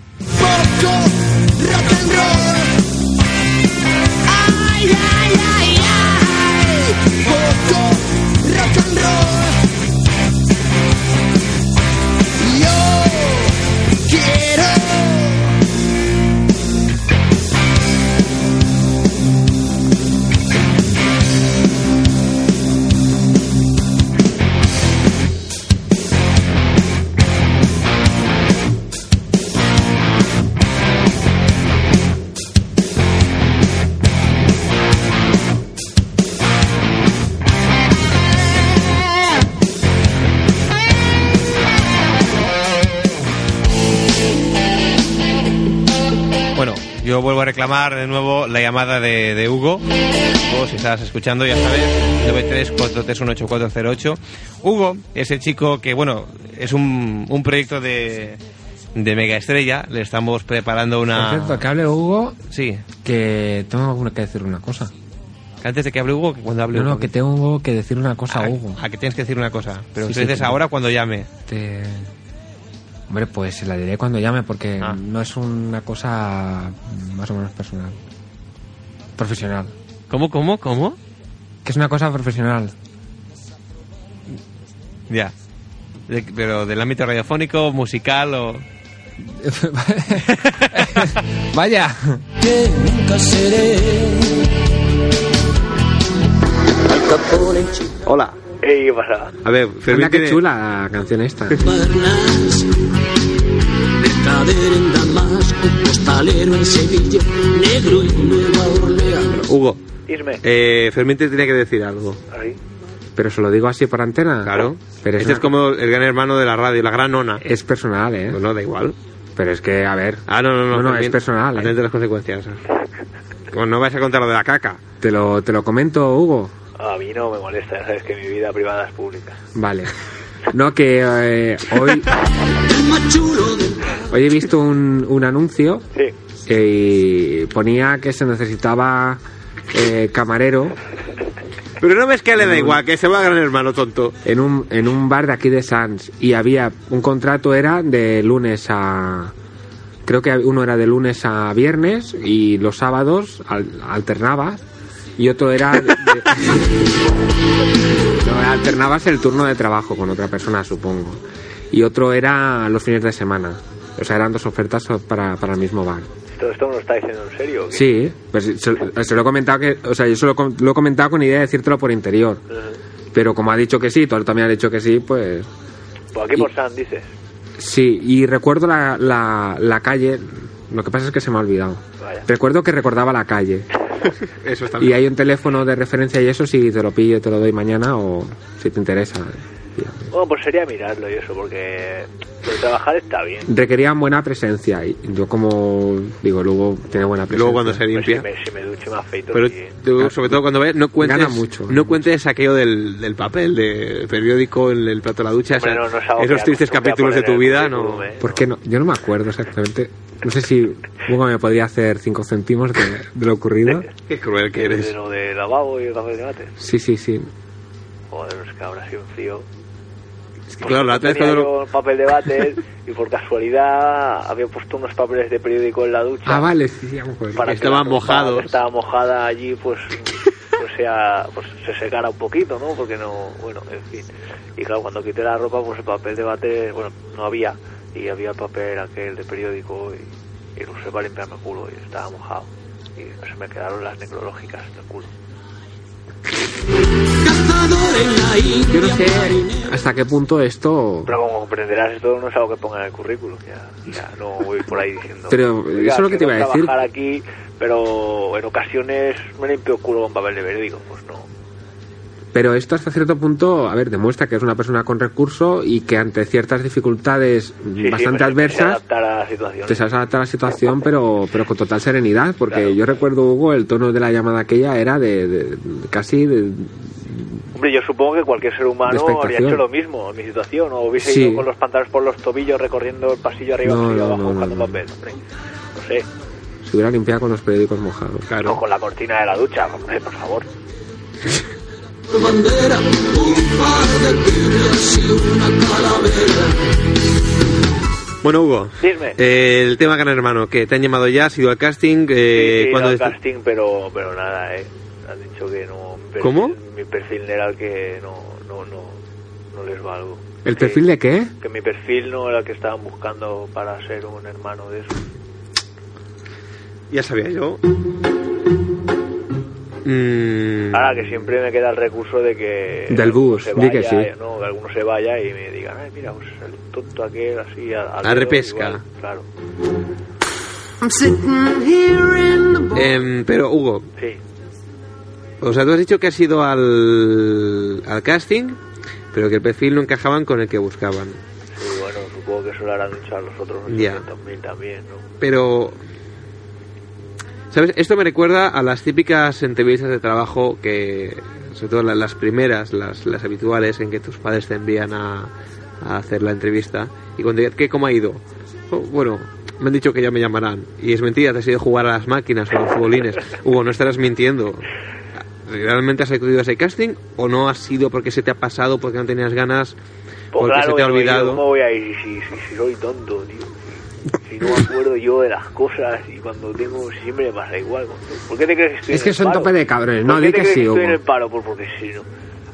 [SPEAKER 1] yo vuelvo a reclamar de nuevo la llamada de, de Hugo. Hugo, si estás escuchando, ya sabes, 934318408. Hugo es el chico que, bueno, es un, un proyecto de, de mega estrella. Le estamos preparando
[SPEAKER 2] Por
[SPEAKER 1] una.
[SPEAKER 2] cierto, que hable Hugo,
[SPEAKER 1] Sí,
[SPEAKER 2] que tengo que decir una cosa.
[SPEAKER 1] antes de que hable Hugo, que cuando hable
[SPEAKER 2] No, no,
[SPEAKER 1] Hugo.
[SPEAKER 2] que tengo que decir una
[SPEAKER 1] Ah,
[SPEAKER 2] cosa a Hugo.
[SPEAKER 1] a, a que tienes que decir una cosa. Pero
[SPEAKER 2] Sí,
[SPEAKER 1] tú
[SPEAKER 2] sí,
[SPEAKER 1] dices
[SPEAKER 2] tengo.
[SPEAKER 1] ahora cuando llame.
[SPEAKER 2] Te- Hombre, pues se la diré cuando llame porque
[SPEAKER 1] Ah.
[SPEAKER 2] no es una cosa más o menos personal. Profesional.
[SPEAKER 1] ¿Cómo, cómo, cómo?
[SPEAKER 2] Que es una cosa profesional.
[SPEAKER 1] Ya. De- pero del ámbito radiofónico, musical o.
[SPEAKER 2] Vaya.
[SPEAKER 3] que nunca seré.
[SPEAKER 5] Al Capone, Chico
[SPEAKER 4] Hola. A ver, Fermín
[SPEAKER 2] Mira qué
[SPEAKER 4] tiene-
[SPEAKER 2] chula la canción esta.
[SPEAKER 6] Parnas, mercader en Damasco, postalero en Sevilla, negro en Nueva Orleans.
[SPEAKER 4] Hugo. Eh, Fermín te tenía que decir algo.
[SPEAKER 2] Pero se lo digo así por antena.
[SPEAKER 4] Claro.
[SPEAKER 2] Pero es,
[SPEAKER 4] este
[SPEAKER 2] una-
[SPEAKER 4] es como el gran hermano de la radio, la gran nona. Pues
[SPEAKER 2] es personal, ¿eh?
[SPEAKER 4] No, da igual.
[SPEAKER 2] Pero es que, a ver.
[SPEAKER 4] Ah, no, no, no.
[SPEAKER 2] No, no,
[SPEAKER 4] Fermín,
[SPEAKER 2] es personal, ¿eh?
[SPEAKER 4] Atente a las consecuencias. Pues no vais a contar lo de la caca.
[SPEAKER 2] Te lo, te lo comento, Hugo.
[SPEAKER 9] A mí no me molesta, ya sabes que mi vida privada es pública.
[SPEAKER 2] Vale. No, que eh, hoy,
[SPEAKER 6] El más chulo del
[SPEAKER 2] hoy he visto un, un anuncio
[SPEAKER 9] Sí,
[SPEAKER 2] y ponía que se necesitaba eh, camarero
[SPEAKER 4] Pero no ves que le da igual, que se va a gran hermano, tonto.
[SPEAKER 2] en un, en un bar de aquí de Sanz y había un contrato era de lunes a creo que uno era de lunes a viernes y los sábados al- alternabas y otro era de- No, alternabas el turno de trabajo con otra persona supongo y otro era los fines de semana o sea eran dos ofertas para, para el mismo bar
[SPEAKER 9] todo esto me lo está diciendo en serio. ¿o qué?
[SPEAKER 2] Sí, pues se, se lo he comentado que, o sea, yo se lo, he com- lo he comentado con idea de decírtelo por interior. Pero como ha dicho que sí, tú también has dicho que sí, pues
[SPEAKER 9] Por aquí por San dices.
[SPEAKER 2] sí. Y recuerdo la, la, la calle, lo que pasa es que se me ha olvidado.
[SPEAKER 9] Vaya.
[SPEAKER 2] Recuerdo que recordaba la calle.
[SPEAKER 4] Eso está
[SPEAKER 2] Y
[SPEAKER 4] bien.
[SPEAKER 2] hay un teléfono de referencia y eso, si te lo pillo, te lo doy mañana o si te interesa.
[SPEAKER 9] Bueno, pues sería mirarlo y eso, porque lo de trabajar está bien.
[SPEAKER 2] Requerían buena presencia. Y yo como digo, luego tiene buena
[SPEAKER 4] Y
[SPEAKER 2] presencia.
[SPEAKER 4] luego cuando se
[SPEAKER 9] Pues si
[SPEAKER 4] limpia.
[SPEAKER 9] me, si me ducho y me afeito,
[SPEAKER 4] Pero
[SPEAKER 9] sí.
[SPEAKER 4] tú, sobre todo cuando vayas, no cuentes,
[SPEAKER 2] Gana mucho.
[SPEAKER 4] no cuentes el saqueo del, del papel, del periódico, el, el plato de la ducha,
[SPEAKER 9] Hombre,
[SPEAKER 4] esa-
[SPEAKER 9] no, no es algo
[SPEAKER 4] esos
[SPEAKER 9] que
[SPEAKER 4] tristes
[SPEAKER 9] acostumbre a
[SPEAKER 4] capítulos de
[SPEAKER 9] poner
[SPEAKER 4] tu
[SPEAKER 9] en el
[SPEAKER 4] vida, no.
[SPEAKER 9] currículum, ¿eh?
[SPEAKER 2] ¿Por qué no? Yo no me acuerdo exactamente. No sé si Hugo me podría hacer cinco céntimos de, de lo ocurrido.
[SPEAKER 4] Qué cruel que
[SPEAKER 9] De
[SPEAKER 4] eres.
[SPEAKER 9] lo de lavabo y el café de mate.
[SPEAKER 2] Sí, sí, sí.
[SPEAKER 9] Joder, es que habrá sido un frío.
[SPEAKER 4] Claro, la otra vez
[SPEAKER 9] Tenía
[SPEAKER 4] cuando
[SPEAKER 9] yo
[SPEAKER 4] lo-
[SPEAKER 9] un papel de váter y por casualidad había puesto unos papeles de periódico en la ducha.
[SPEAKER 2] Ah, vale, sí, sí, ya me acuerdo.
[SPEAKER 9] para que
[SPEAKER 4] Estaban
[SPEAKER 9] la ropa
[SPEAKER 4] mojados.
[SPEAKER 9] que Estaba mojada allí, pues, pues, sea, pues se secara un poquito, ¿no? Porque no, bueno, en fin. Y claro, cuando quité la ropa, pues el papel de bate, bueno, no había. Y había el papel aquel de periódico y, y lo usé para limpiarme el culo y estaba mojado. Y se me quedaron las necrológicas en el culo.
[SPEAKER 6] cazador en la
[SPEAKER 2] Yo no
[SPEAKER 6] India.
[SPEAKER 2] sé hasta qué punto esto...
[SPEAKER 9] Pero como comprenderás, esto no es algo que ponga en el currículum. Ya, ya no voy por ahí diciendo.
[SPEAKER 2] Pero
[SPEAKER 9] "Oiga,
[SPEAKER 2] eso es lo que te iba a
[SPEAKER 9] quiero
[SPEAKER 2] decir.
[SPEAKER 9] trabajar aquí, pero en ocasiones me limpio el culo con papel de periódico. Pues no.
[SPEAKER 2] Pero esto hasta cierto punto, a ver, demuestra que es una persona con recurso y que ante ciertas dificultades
[SPEAKER 9] Sí, sí,
[SPEAKER 2] bastante
[SPEAKER 9] me- me sé
[SPEAKER 2] adversas...
[SPEAKER 9] adaptar a la situación.
[SPEAKER 2] Te sabes adaptar a la situación, pero, pero con total serenidad, porque
[SPEAKER 9] Claro.
[SPEAKER 2] yo recuerdo, Hugo, el tono de la llamada aquella era de, de- casi de,
[SPEAKER 9] Hombre, yo supongo que cualquier ser
[SPEAKER 2] De
[SPEAKER 9] humano
[SPEAKER 2] expectación.
[SPEAKER 9] habría hecho lo mismo en mi situación, o hubiese
[SPEAKER 2] Sí.
[SPEAKER 9] ido con los pantalones por los tobillos recorriendo el pasillo arriba
[SPEAKER 2] No,
[SPEAKER 9] y
[SPEAKER 2] no,
[SPEAKER 9] abajo
[SPEAKER 2] no, no,
[SPEAKER 9] buscando
[SPEAKER 2] no.
[SPEAKER 9] papel. Hombre. No sé,
[SPEAKER 2] se hubiera limpiado con los periódicos mojados.
[SPEAKER 9] o con la cortina de la ducha, hombre, por favor.
[SPEAKER 6] Por bandera, un par de tibias y una calavera.
[SPEAKER 4] Bueno, Hugo,
[SPEAKER 9] Dime.
[SPEAKER 4] eh, el tema Gran Hermano, que te han llamado ya, has ido al casting, eh,
[SPEAKER 9] Sí, sí,
[SPEAKER 4] cuando
[SPEAKER 9] era
[SPEAKER 4] est-
[SPEAKER 9] un casting, pero, pero nada, eh. Han dicho que no. mi perfil-
[SPEAKER 4] ¿Cómo?
[SPEAKER 9] Mi perfil era el que no, no, no, no les valgo.
[SPEAKER 2] ¿El
[SPEAKER 9] Que-
[SPEAKER 2] perfil de qué?
[SPEAKER 9] Que mi perfil no era el que estaban buscando para ser un hermano de eso.
[SPEAKER 4] ya sabía yo. Mm,
[SPEAKER 9] Ahora que siempre me queda el recurso de que.
[SPEAKER 2] Del
[SPEAKER 9] alguno
[SPEAKER 2] bus,
[SPEAKER 9] se eh,
[SPEAKER 2] di que sí.
[SPEAKER 9] No, que alguno se vaya y me digan, ay, mira, pues el tonto aquel así. A,
[SPEAKER 4] La repesca.
[SPEAKER 9] claro,
[SPEAKER 4] em, pero Hugo,
[SPEAKER 9] sí.
[SPEAKER 4] o sea, tú has dicho que has ido al, al casting, pero que el perfil no encajaban con el que buscaban.
[SPEAKER 9] Sí, bueno, supongo que eso lo harán luchar los otros
[SPEAKER 4] Ya.
[SPEAKER 9] 800.000 también, ¿no?
[SPEAKER 4] Pero
[SPEAKER 1] ¿Sabes? Esto me recuerda a las típicas entrevistas de trabajo que, sobre todo la- las primeras, las, las habituales, en que tus padres te envían a, a hacer la entrevista y cuando digas, ¿qué, ¿cómo ha ido? "Oh, bueno, me han dicho que ya me llamarán. Y es mentira, te has ido a jugar a las máquinas o a los futbolines. Hugo, no estarás mintiendo. ¿Realmente has acudido a ese casting o no has sido porque se te ha pasado, porque no tenías ganas,
[SPEAKER 9] Pues
[SPEAKER 1] porque
[SPEAKER 9] claro
[SPEAKER 1] se te ha
[SPEAKER 9] que no, yo
[SPEAKER 1] olvidado?
[SPEAKER 9] ¿Cómo voy a ir si, si, si soy tonto, tío? Si no me acuerdo yo de las cosas y cuando tengo siempre me pasa igual. ¿Por qué te crees que estoy
[SPEAKER 2] Es
[SPEAKER 9] en
[SPEAKER 2] que
[SPEAKER 9] el
[SPEAKER 2] son
[SPEAKER 9] paro?
[SPEAKER 2] tope de cabrones,
[SPEAKER 9] ¿Por
[SPEAKER 2] no,
[SPEAKER 9] qué
[SPEAKER 2] di
[SPEAKER 9] te
[SPEAKER 2] que
[SPEAKER 9] crees
[SPEAKER 2] sí,
[SPEAKER 9] estoy en
[SPEAKER 2] Hugo.
[SPEAKER 9] el paro? Pues porque sí, ¿no?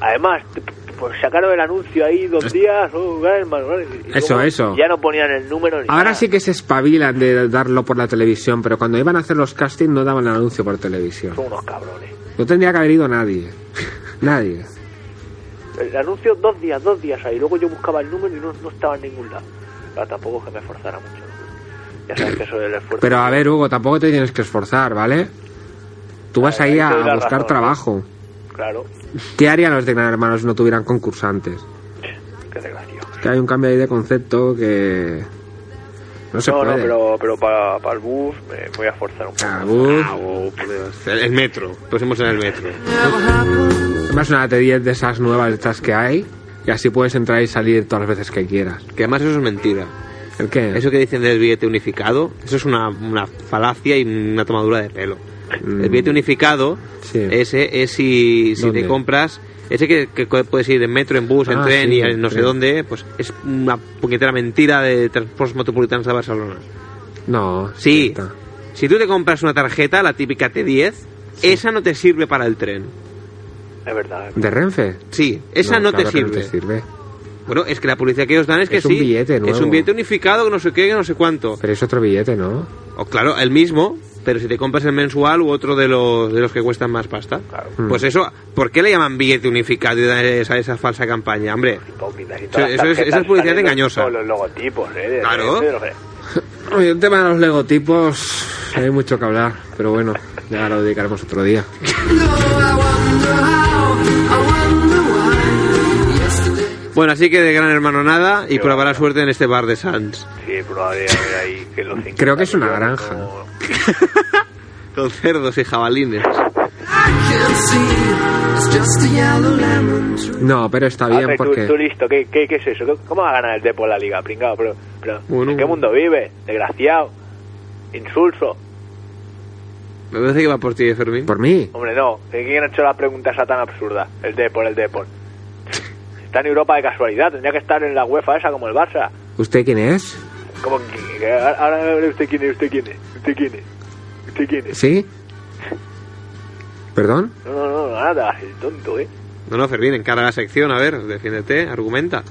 [SPEAKER 9] Además, te- pues sacaron el anuncio ahí dos días, oh, gran hermano, gran- y
[SPEAKER 2] Eso,
[SPEAKER 9] luego
[SPEAKER 2] eso.
[SPEAKER 9] Ya no ponían el número ni
[SPEAKER 2] Ahora
[SPEAKER 9] nada.
[SPEAKER 2] sí que se espabilan de darlo por la televisión, pero cuando iban a hacer los castings no daban el anuncio por televisión.
[SPEAKER 9] Son unos cabrones.
[SPEAKER 2] No tendría que haber ido nadie. Nadie.
[SPEAKER 9] El anuncio dos días, dos días ahí. Luego yo buscaba el número y no, no estaba en ningún lado. Pero tampoco es que me esforzara mucho. Ya sabes que eso es el esfuerzo.
[SPEAKER 2] Pero a ver, Hugo, tampoco te tienes que esforzar, ¿vale? Tú vas
[SPEAKER 9] Ahí-
[SPEAKER 2] ahí
[SPEAKER 9] ahí
[SPEAKER 2] a
[SPEAKER 9] te doy la
[SPEAKER 2] buscar
[SPEAKER 9] razón.
[SPEAKER 2] trabajo.
[SPEAKER 9] Claro,
[SPEAKER 2] ¿Qué harían los de Gran Hermanos si no tuvieran concursantes?
[SPEAKER 9] qué desgracia.
[SPEAKER 2] Es que hay un cambio ahí de concepto que... No se
[SPEAKER 9] no,
[SPEAKER 2] puede.
[SPEAKER 9] no, pero, pero para, para el bus me voy a esforzar un poco.
[SPEAKER 2] Ah, buf.
[SPEAKER 1] El, el metro, pusimos en el metro.
[SPEAKER 2] Más una T10 de esas nuevas estas que hay y así puedes entrar y salir todas las veces que quieras.
[SPEAKER 1] Que además eso es mentira.
[SPEAKER 2] ¿El qué?
[SPEAKER 1] Eso que dicen del billete unificado, eso es una, una falacia y una tomadura de pelo. El billete unificado,
[SPEAKER 2] Mm, Sí.
[SPEAKER 1] ese es si, si
[SPEAKER 2] ¿Dónde?
[SPEAKER 1] te compras, ese que, que puedes ir en metro, en bus, en
[SPEAKER 2] Ah,
[SPEAKER 1] tren
[SPEAKER 2] sí,
[SPEAKER 1] y en no sé
[SPEAKER 2] sí.
[SPEAKER 1] dónde, pues es una puñetera mentira de transportes metropolitanos de Barcelona.
[SPEAKER 2] No.
[SPEAKER 1] Sí,
[SPEAKER 2] está.
[SPEAKER 1] si tú te compras una tarjeta, la típica T10, esa no te sirve para el tren.
[SPEAKER 9] Es verdad.
[SPEAKER 2] ¿De Renfe?
[SPEAKER 1] Sí, esa no,
[SPEAKER 2] claro
[SPEAKER 1] te
[SPEAKER 2] que
[SPEAKER 1] sirve.
[SPEAKER 2] no te sirve.
[SPEAKER 1] Bueno, es que la publicidad que ellos dan es que
[SPEAKER 2] Es
[SPEAKER 1] sí.
[SPEAKER 2] un billete
[SPEAKER 1] Es
[SPEAKER 2] nuevo.
[SPEAKER 1] un billete unificado, que no sé qué, que no sé cuánto.
[SPEAKER 2] Pero es otro billete, ¿no?
[SPEAKER 1] O claro, el mismo, pero si te compras el mensual u otro de los, de los que cuestan más pasta.
[SPEAKER 2] Hmm.
[SPEAKER 1] Pues eso, ¿por qué le llaman billete unificado y dan esa, esa falsa campaña? Hombre,
[SPEAKER 9] Hipócritas y
[SPEAKER 1] Eso-
[SPEAKER 9] todas las
[SPEAKER 1] eso es-
[SPEAKER 9] tarjetas
[SPEAKER 1] esa es publicidad
[SPEAKER 9] salen los-
[SPEAKER 1] engañosa.
[SPEAKER 9] Con los logotipos, ¿eh? De-
[SPEAKER 1] Claro.
[SPEAKER 9] de- de-
[SPEAKER 2] Oye, el tema de los legotipos, hay mucho que hablar, pero bueno, ya lo dedicaremos otro día.
[SPEAKER 1] bueno, así que de gran hermano nada y probará suerte en este bar de Sands.
[SPEAKER 9] sí, probablemente a ver ahí que los
[SPEAKER 2] Creo que es una
[SPEAKER 9] 50
[SPEAKER 2] granja.
[SPEAKER 9] no-
[SPEAKER 1] Con cerdos y jabalines.
[SPEAKER 2] No, pero está
[SPEAKER 9] A
[SPEAKER 2] bien
[SPEAKER 9] ver, tú-
[SPEAKER 2] porque...
[SPEAKER 9] tú, listo, ¿qué, qué, qué es eso? ¿Cómo va a ganar el Depor la liga, pringado? Pero, pero,
[SPEAKER 1] Bueno.
[SPEAKER 9] ¿En qué mundo vive? Desgraciado, insulso.
[SPEAKER 1] Me parece que va por ti, eh, Fermín.
[SPEAKER 2] Por mí.
[SPEAKER 9] Hombre, no, ¿de ¿quién ha hecho la pregunta esa tan absurda? El Depor, el Depor. Está en Europa de casualidad, tendría que estar en la UEFA esa como el Barça.
[SPEAKER 2] ¿Usted quién es?
[SPEAKER 9] Como que, que ahora- ahora usted quién es, usted quién es, usted quién es, usted quién es.
[SPEAKER 2] ¿Sí? ¿Perdón?
[SPEAKER 9] No, no, no, ahora te vas el tonto, ¿eh?
[SPEAKER 1] No, no, Fermín, encara la sección, a ver, defiéndete, argumenta.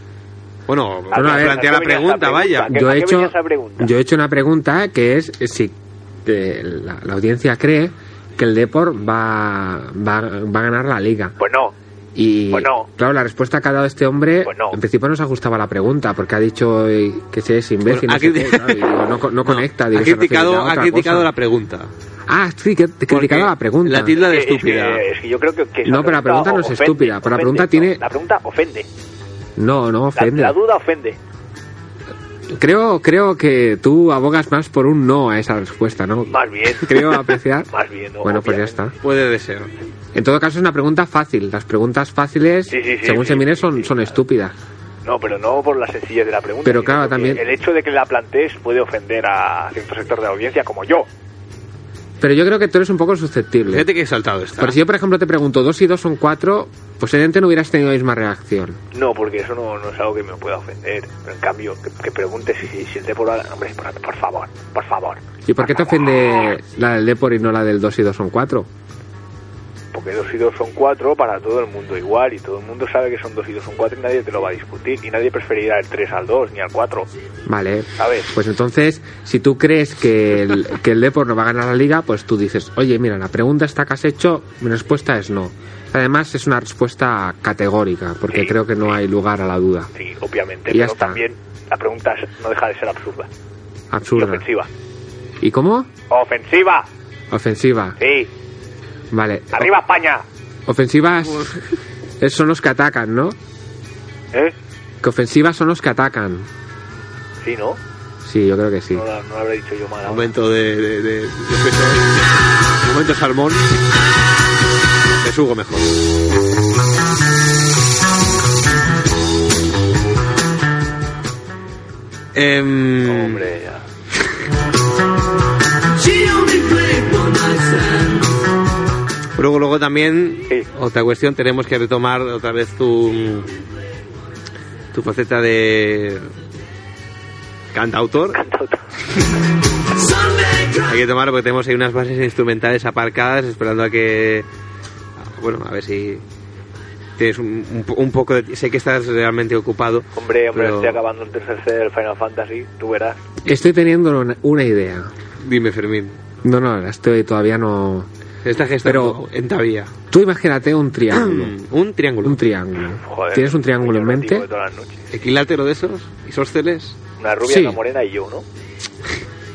[SPEAKER 1] Bueno,
[SPEAKER 9] A ver,
[SPEAKER 1] plantea la
[SPEAKER 9] ¿a qué venía
[SPEAKER 1] pregunta,
[SPEAKER 9] esta
[SPEAKER 1] vaya.
[SPEAKER 9] pregunta? ¿A qué-
[SPEAKER 2] Yo
[SPEAKER 9] a
[SPEAKER 2] he,
[SPEAKER 9] qué
[SPEAKER 2] hecho,
[SPEAKER 9] venía esa pregunta?
[SPEAKER 2] yo he hecho una pregunta que es si eh, la, la audiencia cree que el Depor va, va, va a ganar la liga.
[SPEAKER 9] Pues no,
[SPEAKER 2] Y
[SPEAKER 9] Pues no.
[SPEAKER 2] claro, la respuesta que ha dado este hombre,
[SPEAKER 9] Pues no.
[SPEAKER 2] en principio no se ajustaba a la pregunta, porque ha dicho eh, que se es
[SPEAKER 1] Bueno,
[SPEAKER 2] imbécil. no,
[SPEAKER 1] ha
[SPEAKER 2] sé
[SPEAKER 1] criti-
[SPEAKER 2] qué, claro, y digo, no co- no conecta. digo,
[SPEAKER 1] ha
[SPEAKER 2] se referirá
[SPEAKER 1] criticado,
[SPEAKER 2] a
[SPEAKER 1] ha
[SPEAKER 2] otra
[SPEAKER 1] criticado
[SPEAKER 2] cosa.
[SPEAKER 1] la pregunta.
[SPEAKER 2] Ah, sí, que que criticado
[SPEAKER 1] Porque
[SPEAKER 2] la pregunta.
[SPEAKER 1] La tilda de
[SPEAKER 9] Es que-
[SPEAKER 1] estúpida.
[SPEAKER 9] Es que, Eh, es que yo creo que, que esa
[SPEAKER 2] No, pero la pregunta no es
[SPEAKER 9] ofende,
[SPEAKER 2] estúpida, pero la pregunta
[SPEAKER 9] ofende,
[SPEAKER 2] tiene-
[SPEAKER 9] no, La pregunta ofende.
[SPEAKER 2] No, no
[SPEAKER 9] La,
[SPEAKER 2] ofende.
[SPEAKER 9] la duda ofende.
[SPEAKER 2] Creo, creo que tú abogas más por un no a esa respuesta, ¿no?
[SPEAKER 9] Más bien.
[SPEAKER 2] Creo apreciar.
[SPEAKER 9] Más bien, no,
[SPEAKER 2] bueno, pues ya está.
[SPEAKER 9] obviamente.
[SPEAKER 1] Puede de ser.
[SPEAKER 2] En todo caso, es una pregunta fácil. Las preguntas fáciles,
[SPEAKER 9] Sí, sí, sí,
[SPEAKER 2] según
[SPEAKER 9] sí,
[SPEAKER 2] se mire,
[SPEAKER 9] sí,
[SPEAKER 2] son,
[SPEAKER 9] sí,
[SPEAKER 2] son
[SPEAKER 9] claro.
[SPEAKER 2] estúpidas.
[SPEAKER 9] No, pero no por la sencillez de la pregunta.
[SPEAKER 2] Pero
[SPEAKER 9] sino
[SPEAKER 2] claro,
[SPEAKER 9] porque
[SPEAKER 2] también-
[SPEAKER 9] El hecho de que la plantees puede ofender a cierto sector de la audiencia, como yo.
[SPEAKER 2] Pero yo creo que tú eres un poco susceptible.
[SPEAKER 1] Fíjate que he saltado esta.
[SPEAKER 2] Pero si yo, por ejemplo, te pregunto dos y dos son cuatro, pues evidentemente no hubieras tenido la misma reacción.
[SPEAKER 9] No, porque eso no, no es algo que me pueda ofender. Pero en cambio, que, que preguntes si, si el Depor... Hombre, por, por favor, por favor.
[SPEAKER 2] ¿Y por qué te ofende la del Depor y no la del dos y dos son cuatro?
[SPEAKER 9] Porque dos y dos son cuatro para todo el mundo igual. Y todo el mundo sabe que son dos y dos son cuatro y nadie te lo va a discutir. Y nadie preferirá el 3 al 2 ni al 4.
[SPEAKER 2] Vale.
[SPEAKER 9] A ver.
[SPEAKER 2] Pues entonces, si tú crees que el, que el Depor no va a ganar la liga, pues tú dices, oye, mira, la pregunta está que has hecho, mi respuesta es no. Además, es una respuesta categórica, porque
[SPEAKER 9] Sí,
[SPEAKER 2] creo que no hay lugar a la duda.
[SPEAKER 9] Sí, obviamente.
[SPEAKER 2] Y ya
[SPEAKER 9] pero
[SPEAKER 2] está.
[SPEAKER 9] también la pregunta es- no deja de ser absurda. Y
[SPEAKER 2] Absurda.
[SPEAKER 9] ofensiva.
[SPEAKER 2] ¿Y cómo?
[SPEAKER 9] ¡Ofensiva!
[SPEAKER 2] Ofensiva.
[SPEAKER 9] Sí.
[SPEAKER 2] Vale.
[SPEAKER 9] ¡Arriba España!
[SPEAKER 2] Ofensivas es- son los que atacan, ¿no?
[SPEAKER 9] ¿Eh?
[SPEAKER 2] Que ofensivas son los que atacan.
[SPEAKER 9] Sí, ¿no?
[SPEAKER 2] Sí, yo creo que sí.
[SPEAKER 9] No, la- no lo habré dicho yo mal.
[SPEAKER 1] Momento de. de, de- de- Momento salmón. Me subo mejor. Em,
[SPEAKER 9] Hombre, ya.
[SPEAKER 1] Luego, luego también,
[SPEAKER 9] Sí.
[SPEAKER 1] otra cuestión, tenemos que retomar otra vez tu, tu faceta de cantautor. Hay que tomar porque tenemos ahí unas bases instrumentales aparcadas esperando a que... Bueno, a ver si tienes un, un po- un poco de... Sé que estás realmente ocupado.
[SPEAKER 9] Hombre, hombre,
[SPEAKER 1] pero-
[SPEAKER 9] estoy acabando el tercer set del Final Fantasy, tú verás.
[SPEAKER 2] Estoy teniendo una, una idea.
[SPEAKER 1] Dime, Fermín.
[SPEAKER 2] No, no, la estoy todavía no.
[SPEAKER 1] Se está gestando
[SPEAKER 2] Pero-
[SPEAKER 1] en Tavía.
[SPEAKER 2] Tú imagínate un triángulo.
[SPEAKER 1] Mm. Un triángulo.
[SPEAKER 2] un triángulo.
[SPEAKER 9] Joder,
[SPEAKER 2] ¿Tienes un triángulo en
[SPEAKER 9] yo lo digo de
[SPEAKER 2] mente?
[SPEAKER 9] todas las noches.
[SPEAKER 1] Equilátero de esos, isósceles.
[SPEAKER 9] Una rubia,
[SPEAKER 2] Sí.
[SPEAKER 9] una morena y yo, ¿no?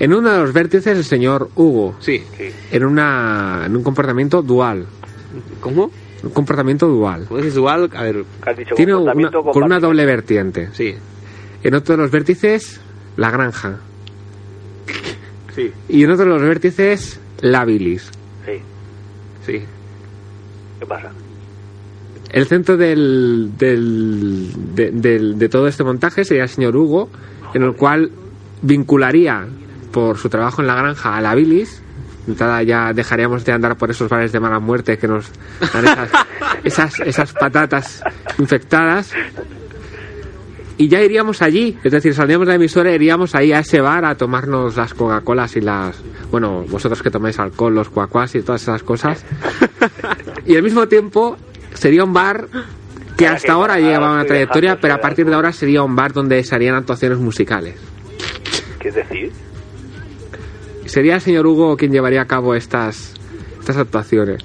[SPEAKER 2] En uno de los vértices el señor Hugo.
[SPEAKER 1] Sí.
[SPEAKER 9] Sí.
[SPEAKER 2] En, una, en un comportamiento dual.
[SPEAKER 1] ¿Cómo?
[SPEAKER 2] Un comportamiento dual.
[SPEAKER 1] ¿Cómo dices dual? A ver,
[SPEAKER 9] ¿Qué has dicho?
[SPEAKER 2] Tiene una,
[SPEAKER 9] Comportamiento
[SPEAKER 2] con una
[SPEAKER 9] compatible.
[SPEAKER 2] doble vertiente.
[SPEAKER 1] sí.
[SPEAKER 2] En otro de los vértices, la granja.
[SPEAKER 1] Sí.
[SPEAKER 2] Y en otro de los vértices, la bilis.
[SPEAKER 9] Sí.
[SPEAKER 1] Sí.
[SPEAKER 9] ¿Qué pasa?
[SPEAKER 2] El centro del, del- de, del- de todo este montaje sería el señor Hugo, en el cual vincularía por su trabajo en la granja a la bilis. Entrada ya dejaríamos de andar por esos bares de mala muerte que nos dan esas, esas, esas patatas infectadas. Y ya iríamos allí, es decir, saldríamos de la emisora e iríamos ahí a ese bar a tomarnos las Coca-Colas y las... Bueno, vosotros que tomáis alcohol, los cuacuas y todas esas cosas. y al mismo tiempo sería un bar que
[SPEAKER 9] Ahora que-
[SPEAKER 2] hasta ahora
[SPEAKER 9] ahora
[SPEAKER 2] llevaba una
[SPEAKER 9] estoy dejando
[SPEAKER 2] trayectoria, pero a
[SPEAKER 9] fuera
[SPEAKER 2] partir de
[SPEAKER 9] algo.
[SPEAKER 2] ahora sería un bar donde se harían actuaciones musicales.
[SPEAKER 9] ¿Qué es decir?
[SPEAKER 2] Sería el señor Hugo quien llevaría a cabo estas, estas actuaciones.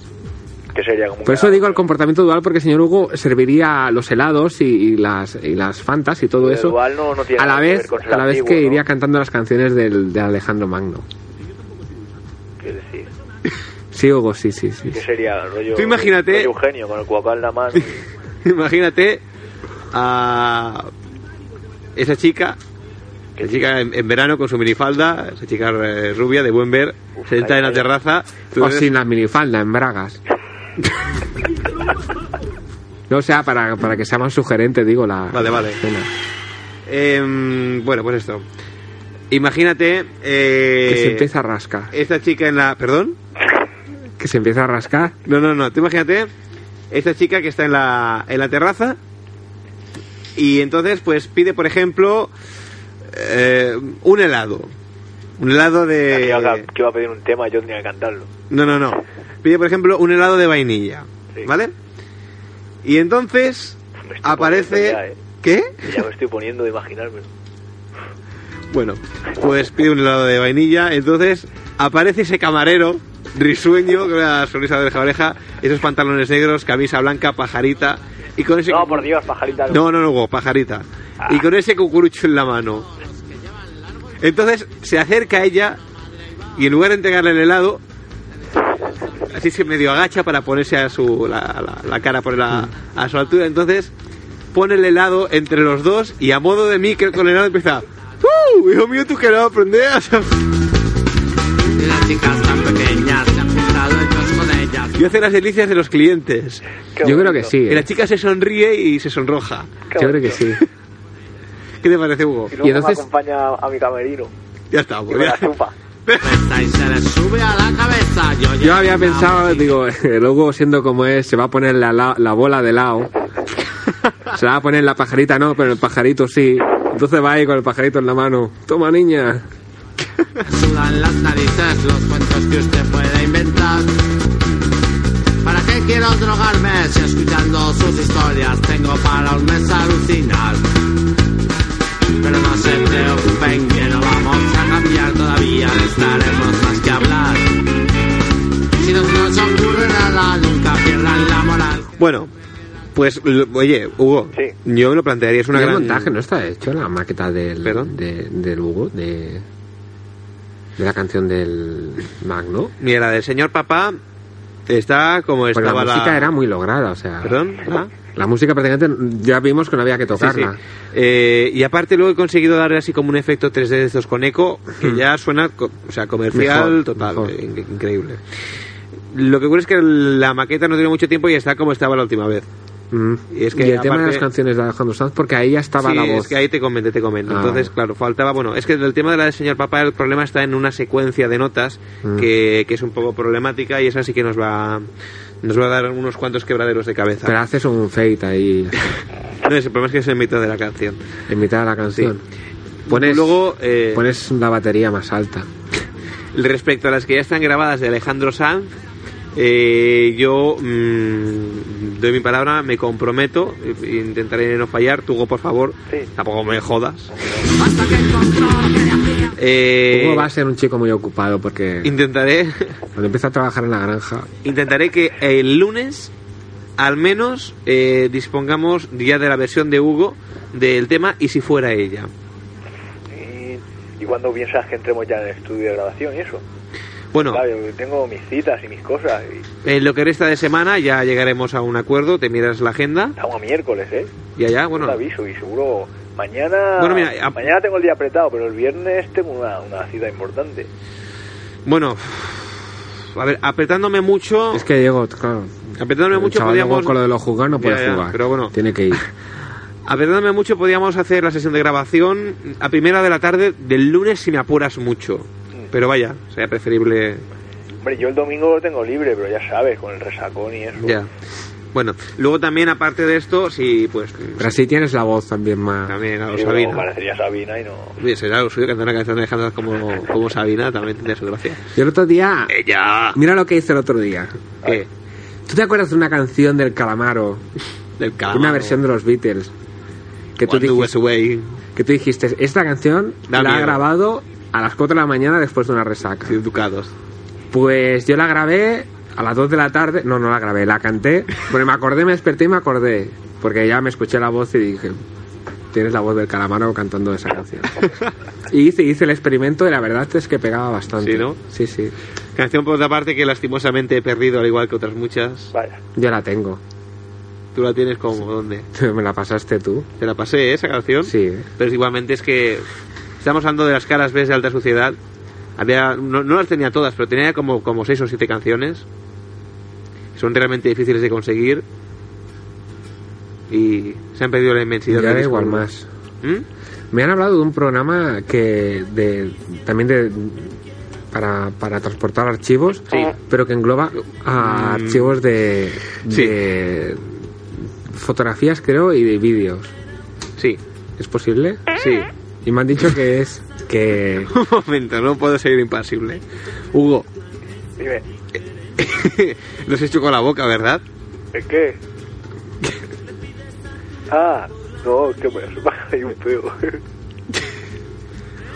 [SPEAKER 9] ¿Qué sería como
[SPEAKER 2] Por
[SPEAKER 9] un-
[SPEAKER 2] eso digo el comportamiento dual, porque el señor Hugo serviría los helados y, y las, y las fantas y todo
[SPEAKER 9] El
[SPEAKER 2] eso.
[SPEAKER 9] dual no- no tiene
[SPEAKER 2] a la
[SPEAKER 9] nada que
[SPEAKER 2] vez,
[SPEAKER 9] ver con ser
[SPEAKER 2] a la vez
[SPEAKER 9] antiguo,
[SPEAKER 2] que
[SPEAKER 9] ¿no?
[SPEAKER 2] iría cantando las canciones del, de Alejandro Magno.
[SPEAKER 9] ¿Qué es decir?
[SPEAKER 2] Sí, Hugo, sí, sí, sí.
[SPEAKER 9] ¿Qué sería el rollo?
[SPEAKER 1] Tú imagínate-
[SPEAKER 9] rollo Eugenio con el cuacá en la mano.
[SPEAKER 1] Imagínate a esa chica, esa chica en, en verano con su minifalda, esa chica eh, rubia de buen ver,
[SPEAKER 9] Uf,
[SPEAKER 1] sentada
[SPEAKER 9] ahí,
[SPEAKER 1] en la
[SPEAKER 9] ahí.
[SPEAKER 1] terraza. tú
[SPEAKER 2] O
[SPEAKER 1] ves-
[SPEAKER 2] sin la minifalda, en bragas. no, o sea, para, para que sea más sugerente, digo, la...
[SPEAKER 1] Vale, vale.
[SPEAKER 2] la escena.
[SPEAKER 1] Em, bueno, pues esto. Imagínate eh,
[SPEAKER 2] Que se empieza a rascar.
[SPEAKER 1] esta chica en la... ¿Perdón?
[SPEAKER 2] Que se empieza a rascar.
[SPEAKER 1] No, no, no. Tú imagínate esta chica que está en la, en la terraza y entonces pues pide, por ejemplo, eh, un helado. Un helado
[SPEAKER 9] Que iba a-
[SPEAKER 1] de...
[SPEAKER 9] que iba a pedir un tema y yo tenía que cantarlo.
[SPEAKER 1] No, no, no. Pide, por ejemplo, un helado de vainilla.
[SPEAKER 9] Sí.
[SPEAKER 1] ¿Vale? Y entonces
[SPEAKER 9] Me estoy
[SPEAKER 1] aparece...
[SPEAKER 9] poniendo ya, ¿eh?
[SPEAKER 1] ¿Qué?
[SPEAKER 9] Y ya me estoy poniendo de imaginármelo.
[SPEAKER 1] Bueno, pues pide un helado de vainilla, entonces aparece ese camarero risueño con la sonrisa de oreja a oreja, esos pantalones negros, camisa blanca, pajarita y con ese
[SPEAKER 9] No, por Dios, pajarita.
[SPEAKER 1] No, no, no, Hugo, pajarita. Y con ese cucurucho en la mano. Entonces se acerca a ella y en lugar de entregarle el helado, así se medio agacha para ponerse a su, la, la- la cara por la, a su altura. Entonces pone el helado entre los dos y a modo de micro con el helado empieza. ¡Uh! Hijo mío, tú que no aprendes.
[SPEAKER 10] Las chicas tan pequeñas se han juntado ellos con ellas.
[SPEAKER 1] Y hace las delicias de los clientes.
[SPEAKER 9] Qué
[SPEAKER 2] Yo creo
[SPEAKER 9] bonito.
[SPEAKER 2] que sí.
[SPEAKER 1] Y
[SPEAKER 2] ¿eh?
[SPEAKER 1] la chica se sonríe y se sonroja.
[SPEAKER 9] Qué
[SPEAKER 2] Yo creo que
[SPEAKER 9] bonito.
[SPEAKER 2] sí.
[SPEAKER 1] ¿Qué te parece, Hugo?
[SPEAKER 9] Y luego
[SPEAKER 2] Y entonces-
[SPEAKER 9] me acompaña a mi camerino.
[SPEAKER 1] Ya está,
[SPEAKER 9] Y
[SPEAKER 1] pues
[SPEAKER 9] me la
[SPEAKER 1] ya.
[SPEAKER 9] chupa.
[SPEAKER 10] Pesa y se les sube a la cabeza. Yo,
[SPEAKER 2] Yo había pensado, digo, eh, luego siendo como es, se va a poner la, la- la bola de lado. Se la va a poner la pajarita, no, pero el pajarito sí. Entonces va ahí con el pajarito en la mano. Toma, niña.
[SPEAKER 10] Sudan las narices los cuentos que usted pueda inventar. ¿Para qué quiero drogarme si escuchando sus historias tengo para un mes alucinar? Pero no se preocupen que no vamos a cambiar todavía, estaremos más que hablar. Si no se nos ocurre nada, nunca pierdan la moral.
[SPEAKER 1] Bueno, pues l- oye, Hugo,
[SPEAKER 9] Sí.
[SPEAKER 1] yo me lo plantearía, es una
[SPEAKER 2] Y el
[SPEAKER 1] gran
[SPEAKER 2] montaje no está hecho la maqueta del,
[SPEAKER 1] ¿Perdón?
[SPEAKER 2] de- del Hugo, de, de la canción del Magno.
[SPEAKER 1] Mira, la del señor papá está como
[SPEAKER 2] Pero
[SPEAKER 1] estaba
[SPEAKER 2] Pues la
[SPEAKER 1] la
[SPEAKER 2] música era muy lograda, o sea.
[SPEAKER 1] Perdón, ¿la?
[SPEAKER 2] La música prácticamente ya vimos que no había que tocarla.
[SPEAKER 1] Sí, sí. Eh, y aparte luego he conseguido darle así como un efecto 3D de estos con eco, que ya suena, co- o sea, comercial
[SPEAKER 2] Hmm. Mejor,
[SPEAKER 1] total,
[SPEAKER 2] mejor.
[SPEAKER 1] eh, in- increíble. Lo que ocurre es que la maqueta no tiene mucho tiempo y está como estaba la última vez.
[SPEAKER 2] Mm.
[SPEAKER 1] Y es que
[SPEAKER 2] el tema de
[SPEAKER 1] aparte-
[SPEAKER 2] las canciones de Alejandro Sanz, porque ahí ya estaba
[SPEAKER 1] sí,
[SPEAKER 2] la voz.
[SPEAKER 1] es que ahí te comento, te comento.
[SPEAKER 2] Ah.
[SPEAKER 1] Entonces, claro, faltaba, bueno, es que el tema de la del señor papá, el problema está en una secuencia de notas
[SPEAKER 2] Mm.
[SPEAKER 1] que, que es un poco problemática y esa sí que nos va, nos va a dar unos cuantos quebraderos de cabeza.
[SPEAKER 2] Pero haces un fade ahí
[SPEAKER 1] No, es- el problema es que es en mitad de la canción.
[SPEAKER 2] en mitad de la canción.
[SPEAKER 1] Pones, luego, eh,
[SPEAKER 2] Pones la batería más alta.
[SPEAKER 1] Respecto a las que ya están grabadas de Alejandro Sanz, eh, yo mm, doy mi palabra, me comprometo, eh, intentaré no fallar. Tugo, por favor, tampoco me jodas. Eh,
[SPEAKER 2] Hugo va a ser un chico muy ocupado porque
[SPEAKER 1] Intentaré,
[SPEAKER 2] cuando empieza a trabajar en la granja.
[SPEAKER 1] intentaré que el lunes al menos eh, dispongamos ya de la versión de Hugo del tema y si fuera ella.
[SPEAKER 9] ¿Y, y cuándo piensas que entremos ya en el estudio de grabación y eso?
[SPEAKER 1] Bueno,
[SPEAKER 9] Claro, yo tengo mis citas y mis cosas. Y
[SPEAKER 1] en lo que resta de semana ya llegaremos a un acuerdo, te miras la agenda
[SPEAKER 9] estamos a miércoles, ¿eh?
[SPEAKER 1] y allá, bueno,
[SPEAKER 9] Te aviso y seguro mañana...
[SPEAKER 1] Bueno, mira, a-
[SPEAKER 9] Mañana tengo el día apretado, pero el viernes tengo una, una cita importante.
[SPEAKER 1] Bueno, a ver, apretándome mucho,
[SPEAKER 2] Es que Diego, claro.
[SPEAKER 1] apretándome
[SPEAKER 2] el
[SPEAKER 1] mucho
[SPEAKER 2] chaval Diego
[SPEAKER 1] podíamos,
[SPEAKER 2] con lo de los jugar no
[SPEAKER 1] Ya,
[SPEAKER 2] puede
[SPEAKER 1] ya,
[SPEAKER 2] jugar.
[SPEAKER 1] pero bueno.
[SPEAKER 2] Tiene que ir.
[SPEAKER 1] apretándome mucho podíamos hacer la sesión de grabación a primera de la tarde del lunes si me apuras mucho. Pero vaya, sería preferible
[SPEAKER 9] Hombre, yo el domingo lo tengo libre, pero ya sabes, con el resacón y eso.
[SPEAKER 1] ya. Bueno, luego también aparte de esto, si pues
[SPEAKER 2] Pero así tienes la voz también más.
[SPEAKER 1] también a los
[SPEAKER 9] Sí, luego
[SPEAKER 1] Sabina.
[SPEAKER 9] Parecería Sabina y no...
[SPEAKER 1] Oye, será lo suyo cantar una canción de Alejandro como, como Sabina, también tendría su gracia.
[SPEAKER 2] Yo el otro día.
[SPEAKER 1] Ella. eh,
[SPEAKER 2] Mira lo que hice el otro día.
[SPEAKER 1] ¿Qué?
[SPEAKER 2] ¿Tú te acuerdas de una canción del Calamaro?
[SPEAKER 1] Del
[SPEAKER 2] Una versión de los Beatles. Que tú, dijiste,
[SPEAKER 1] way.
[SPEAKER 2] que tú dijiste, esta canción
[SPEAKER 1] Da
[SPEAKER 2] la ha
[SPEAKER 1] miedo.
[SPEAKER 2] grabado a las 4 de la mañana después de una resaca.
[SPEAKER 1] Sí, Ducados.
[SPEAKER 2] Pues yo la grabé a las 2 de la tarde. No, no la grabé, la canté. Bueno, me acordé, me desperté y me acordé. Porque ya me escuché la voz y dije, tienes la voz del calamaro cantando esa canción. y hice, hice el experimento y la verdad es que pegaba bastante.
[SPEAKER 1] Sí, ¿no?
[SPEAKER 2] Sí, sí.
[SPEAKER 1] Canción por otra parte que lastimosamente he perdido, al igual que otras muchas.
[SPEAKER 9] Vaya.
[SPEAKER 2] Yo la tengo.
[SPEAKER 1] ¿Tú la tienes como? ¿Dónde?
[SPEAKER 2] me la pasaste tú.
[SPEAKER 1] Te la pasé, ¿eh? Esa canción.
[SPEAKER 2] Sí.
[SPEAKER 1] Pero igualmente es que estamos hablando de las caras B de alta sociedad. Había, no, no las tenía todas, pero tenía como, como seis o siete canciones. Son realmente difíciles de conseguir. Y se han perdido la inmensidad.
[SPEAKER 2] Ya
[SPEAKER 1] del
[SPEAKER 2] da
[SPEAKER 1] disco.
[SPEAKER 2] igual más.
[SPEAKER 1] ¿Mm?
[SPEAKER 2] Me han hablado de un programa que de, también de para, para transportar archivos,
[SPEAKER 1] Sí.
[SPEAKER 2] pero que engloba a
[SPEAKER 1] Mm.
[SPEAKER 2] archivos de,
[SPEAKER 1] Sí.
[SPEAKER 2] de fotografías, creo, y de vídeos.
[SPEAKER 1] Sí,
[SPEAKER 2] ¿Es posible?
[SPEAKER 1] sí.
[SPEAKER 2] Y me han dicho que es que
[SPEAKER 1] Un momento, no puedo seguir impasible. Hugo,
[SPEAKER 9] Dime,
[SPEAKER 1] los he hecho con la boca, ¿verdad?
[SPEAKER 9] ¿el qué? ah, no, que pues, hay un peo.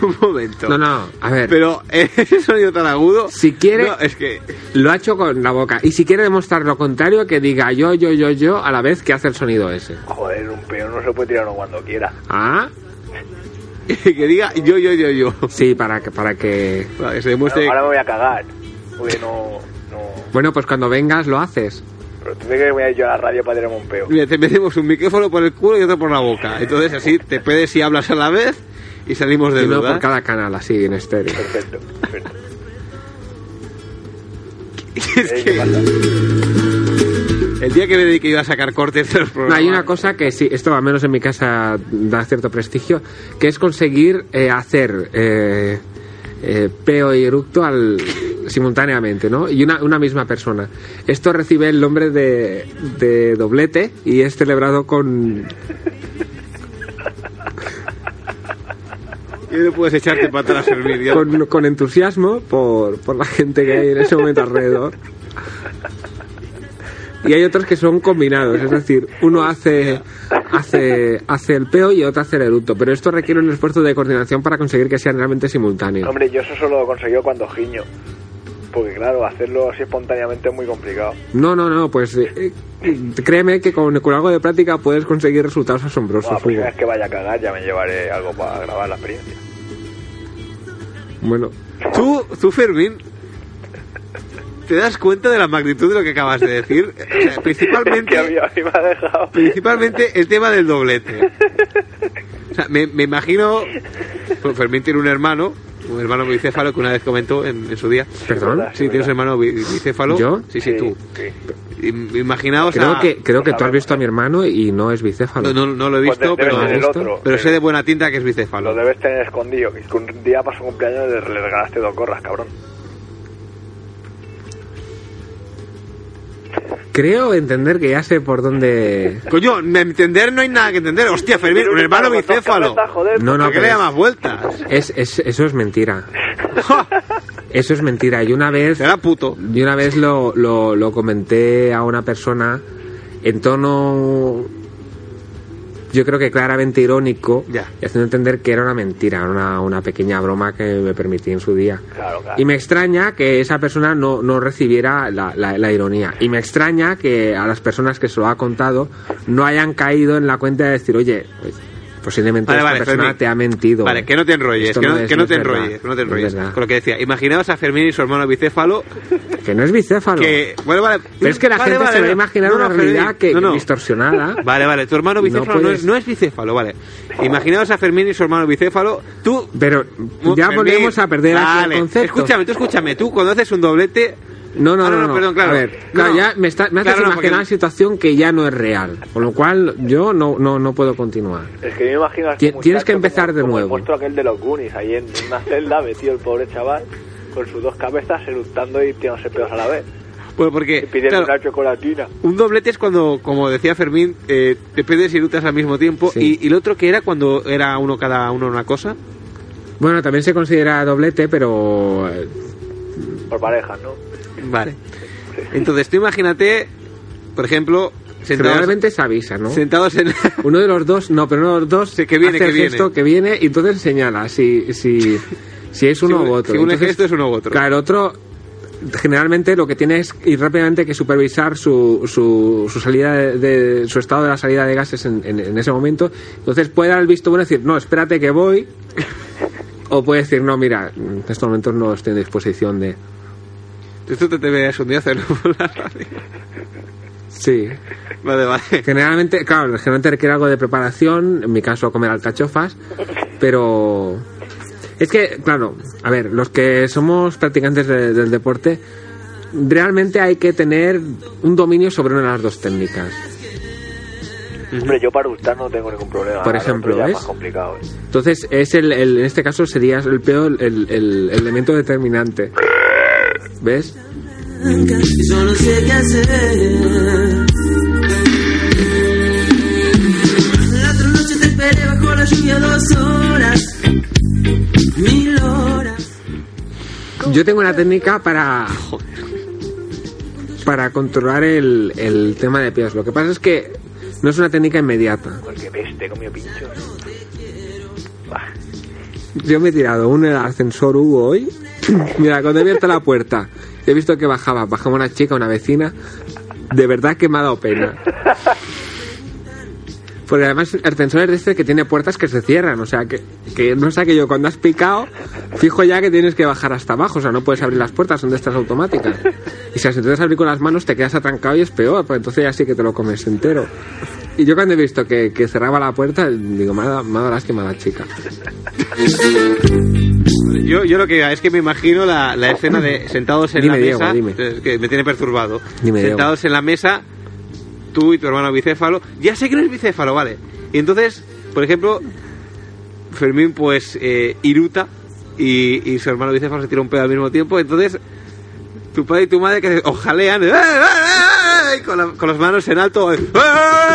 [SPEAKER 1] Un momento.
[SPEAKER 2] no, no, a ver,
[SPEAKER 1] Pero eh, ese sonido tan agudo.
[SPEAKER 2] Si quiere-
[SPEAKER 1] No, es que.
[SPEAKER 2] lo ha hecho con la boca. Y si quiere demostrar lo contrario, que diga yo, yo, yo, yo, a la vez que hace el sonido ese.
[SPEAKER 9] Joder, un peo no se puede tirar uno cuando quiera.
[SPEAKER 2] Ah,
[SPEAKER 1] Que diga yo, yo, yo, yo.
[SPEAKER 2] sí, para que para que
[SPEAKER 1] Para que se demuestre.
[SPEAKER 9] Ahora me voy a cagar. Porque no. no...
[SPEAKER 2] bueno, pues cuando vengas lo haces.
[SPEAKER 9] Pero tú crees que voy a ir yo a la radio para tirarme un peo.
[SPEAKER 1] Mira, te metemos un micrófono por el culo y otro por la boca. Entonces así te pedes y hablas a la vez y salimos de
[SPEAKER 2] Uno por
[SPEAKER 1] duda.
[SPEAKER 2] cada canal, así en estéreo.
[SPEAKER 9] Perfecto, perfecto.
[SPEAKER 1] Es
[SPEAKER 9] Eh,
[SPEAKER 1] que
[SPEAKER 9] ¿qué pasa?
[SPEAKER 1] el día que le di que iba a sacar cortes de los
[SPEAKER 2] No,
[SPEAKER 1] programas.
[SPEAKER 2] hay una cosa que sí, esto al menos en mi casa da cierto prestigio, que es conseguir eh, hacer eh, eh, peo y eructo al, simultáneamente, ¿no? Y una, una misma persona. Esto recibe el nombre de, de doblete y es celebrado con...
[SPEAKER 1] Y no puedes echarte para atrás el vídeo.
[SPEAKER 2] con, con entusiasmo por, por la gente que hay en ese momento alrededor. Y hay otros que son combinados, es decir, uno hace, hace, hace el peo y otro hace el eructo, pero esto requiere un esfuerzo de coordinación para conseguir que sean realmente simultáneos.
[SPEAKER 9] Hombre, yo eso solo lo conseguí cuando giño. Porque claro, hacerlo así espontáneamente es muy complicado.
[SPEAKER 2] No, no, no, pues eh, créeme que con, con algo de práctica puedes conseguir resultados
[SPEAKER 9] Bueno, la
[SPEAKER 2] asombrosos. Hugo.
[SPEAKER 9] próxima vez que vaya a cagar ya me llevaré algo para grabar la experiencia.
[SPEAKER 2] Bueno,
[SPEAKER 1] Tú, tú Fermín, ¿Te das cuenta de la magnitud de lo que acabas de decir? O sea, principalmente,
[SPEAKER 9] Que a mí- a mí me ha dejado.
[SPEAKER 1] principalmente el tema del doblete. O sea, me, me imagino. bueno, Fermín tiene un hermano, un hermano bicéfalo que una vez comentó en, en su día.
[SPEAKER 2] ¿Perdón?
[SPEAKER 1] Sí, tienes un hermano bi- bicéfalo.
[SPEAKER 2] ¿Yo?
[SPEAKER 1] Sí, sí, tú. Im- Imaginaos.
[SPEAKER 2] Creo
[SPEAKER 1] a-
[SPEAKER 2] que, creo que tú has visto a mi hermano y no es bicéfalo.
[SPEAKER 1] No, no, no lo he
[SPEAKER 9] Pues
[SPEAKER 1] visto,
[SPEAKER 9] debe
[SPEAKER 1] pero,
[SPEAKER 9] ser el otro.
[SPEAKER 1] pero sé de buena tinta que es bicéfalo.
[SPEAKER 9] Lo debes tener escondido. Que un día para su cumpleaños le le regalaste dos gorras, cabrón.
[SPEAKER 2] Creo entender que ya sé por dónde...
[SPEAKER 1] Coño, de entender no hay nada que entender. Hostia, Fermín, un hermano bicéfalo.
[SPEAKER 2] No, no,
[SPEAKER 1] ¿Por qué le
[SPEAKER 2] pero es-
[SPEAKER 1] llamas vueltas?
[SPEAKER 2] Es, es- eso es mentira. eso es mentira. Y una vez.
[SPEAKER 1] puto.
[SPEAKER 2] Y una vez lo, lo, lo comenté a una persona en tono. Yo creo que claramente irónico. Y haciendo entender que era una mentira, una, una pequeña broma que me permití en su día. Y me extraña que esa persona no, no recibiera la, la- la ironía. Y me extraña que a las personas que se lo ha contado no hayan caído en la cuenta de decir, oye, pues, posiblemente
[SPEAKER 1] Vale,
[SPEAKER 2] esta
[SPEAKER 1] vale,
[SPEAKER 2] persona
[SPEAKER 1] Fermín.
[SPEAKER 2] te ha mentido.
[SPEAKER 1] Vale, que no te enrolles,
[SPEAKER 2] Esto
[SPEAKER 1] que no,
[SPEAKER 2] es-
[SPEAKER 1] que no
[SPEAKER 2] es
[SPEAKER 1] te
[SPEAKER 2] verdad,
[SPEAKER 1] enrolles, no te
[SPEAKER 2] es
[SPEAKER 1] enrolles.
[SPEAKER 2] verdad.
[SPEAKER 1] Con lo que decía, imaginaos a Fermín y su hermano bicéfalo.
[SPEAKER 2] Que no es bicéfalo.
[SPEAKER 1] Que, bueno, vale,
[SPEAKER 2] Pero es que la
[SPEAKER 1] vale,
[SPEAKER 2] gente
[SPEAKER 1] vale,
[SPEAKER 2] se va a
[SPEAKER 1] no.
[SPEAKER 2] imaginar
[SPEAKER 1] No,
[SPEAKER 2] una
[SPEAKER 1] no,
[SPEAKER 2] realidad
[SPEAKER 1] Fermín,
[SPEAKER 2] que
[SPEAKER 1] no, no.
[SPEAKER 2] distorsionada.
[SPEAKER 1] Vale, vale, tu hermano
[SPEAKER 2] No
[SPEAKER 1] bicéfalo no,
[SPEAKER 2] puedes-
[SPEAKER 1] es, no es bicéfalo, vale. Imaginaos a Fermín y su hermano bicéfalo, tú...
[SPEAKER 2] Pero ya
[SPEAKER 1] Fermín,
[SPEAKER 2] volvemos a perder aquí el
[SPEAKER 1] vale,
[SPEAKER 2] concepto.
[SPEAKER 1] Escúchame, tú escúchame, tú cuando haces un doblete...
[SPEAKER 2] No, no,
[SPEAKER 1] Ah,
[SPEAKER 2] no, no,
[SPEAKER 1] perdón, claro.
[SPEAKER 2] A ver,
[SPEAKER 1] No,
[SPEAKER 2] claro,
[SPEAKER 1] no.
[SPEAKER 2] ya me, está, me haces
[SPEAKER 1] Claro, no,
[SPEAKER 2] imaginar una
[SPEAKER 1] porque-
[SPEAKER 2] situación que ya no es real. Con lo cual, yo no, no, no puedo continuar.
[SPEAKER 9] Es que yo me imagino a este
[SPEAKER 2] Ti- Tienes
[SPEAKER 9] muchacho
[SPEAKER 2] que empezar de
[SPEAKER 9] como el
[SPEAKER 2] nuevo.
[SPEAKER 9] monstruo aquel de los Goonies, ahí en una celda metido el pobre chaval con sus dos cabezas eructando y tirándose pedos a la vez.
[SPEAKER 1] Bueno, porque...
[SPEAKER 9] Y pidiendo
[SPEAKER 1] claro,
[SPEAKER 9] una chocolatina.
[SPEAKER 1] Un doblete es cuando, como decía Fermín, eh, te pedes y lutas al mismo tiempo.
[SPEAKER 2] Sí.
[SPEAKER 1] Y, y el otro que era cuando era uno cada uno una cosa.
[SPEAKER 2] Bueno, también se considera doblete, pero. eh,
[SPEAKER 9] Por parejas, ¿no?
[SPEAKER 1] Vale. Entonces, tú imagínate, por ejemplo, sentados,
[SPEAKER 2] Probablemente se avisa, ¿no?
[SPEAKER 1] sentados en...
[SPEAKER 2] Uno de los dos, no, pero uno de los dos
[SPEAKER 1] que viene,
[SPEAKER 2] hace
[SPEAKER 1] que
[SPEAKER 2] el
[SPEAKER 1] viene.
[SPEAKER 2] gesto que viene y entonces señala si, si, si es uno
[SPEAKER 1] Si un-
[SPEAKER 2] u otro.
[SPEAKER 1] si un
[SPEAKER 2] Entonces,
[SPEAKER 1] gesto es uno u otro.
[SPEAKER 2] Claro, el otro generalmente lo que tiene es ir rápidamente que supervisar su, su, su salida de, de- su estado de la salida de gases en, en- en ese momento. Entonces puede dar el visto bueno y decir, no, espérate que voy. O puede decir, no, mira, en estos momentos no estoy en disposición de...
[SPEAKER 1] Esto te deberías un día hacerlo por la radio.
[SPEAKER 2] Sí.
[SPEAKER 1] Vale, vale.
[SPEAKER 2] Generalmente, claro, generalmente requiere algo de preparación, en mi caso comer alcachofas, pero es que, claro, a ver, los que somos practicantes de- del deporte, realmente hay que tener un dominio sobre una de las dos técnicas.
[SPEAKER 9] Hombre, yo para gustar no tengo ningún problema.
[SPEAKER 2] Por
[SPEAKER 9] Al otro
[SPEAKER 2] ejemplo,
[SPEAKER 9] ya es
[SPEAKER 2] ¿ves?
[SPEAKER 9] más complicado. ¿eh?
[SPEAKER 2] Entonces, es el, el- en este caso sería el peor, el, el elemento determinante. ¿Ves?
[SPEAKER 11] Yo no sé qué hacer. La otra noche te esperé bajo la lluvia dos horas, mil horas.
[SPEAKER 2] Yo tengo una técnica para. Para controlar el, el tema de pies. Lo que pasa es que no es una técnica inmediata.
[SPEAKER 9] Porque peste, comió pincho.
[SPEAKER 2] Yo me he tirado uno en el ascensor Hugo hoy. Mira, cuando he abierto la puerta, he visto que bajaba, bajaba una chica, una vecina. De verdad que me ha dado pena. Porque además el ascensor es de este que tiene puertas que se cierran, o sea, que, que no sé que yo cuando has picado, fijo ya que tienes que bajar hasta abajo, o sea, no puedes abrir las puertas, son de estas automáticas. Y si las intentas abrir con las manos te quedas atrancado y es peor, porque entonces ya sí que te lo comes entero. Y yo cuando he visto que, que cerraba la puerta, digo, me ha dado, me ha dado lástima la chica.
[SPEAKER 1] Yo, yo lo que es que me imagino la, la escena de sentados en
[SPEAKER 2] Dime,
[SPEAKER 1] la mesa,
[SPEAKER 2] Diego,
[SPEAKER 1] eh, que me tiene perturbado.
[SPEAKER 2] Dime, Diego.
[SPEAKER 1] sentados en la mesa, tú y tu hermano bicéfalo. Ya sé que no es bicéfalo, vale. Y entonces, por ejemplo, Fermín pues eh, iruta y, y su hermano bicéfalo se tira un pedo al mismo tiempo. Entonces, tu padre y tu madre que ojalean ¡eh, eh, eh! y con, la- con las manos en alto, ¡eh, eh, eh!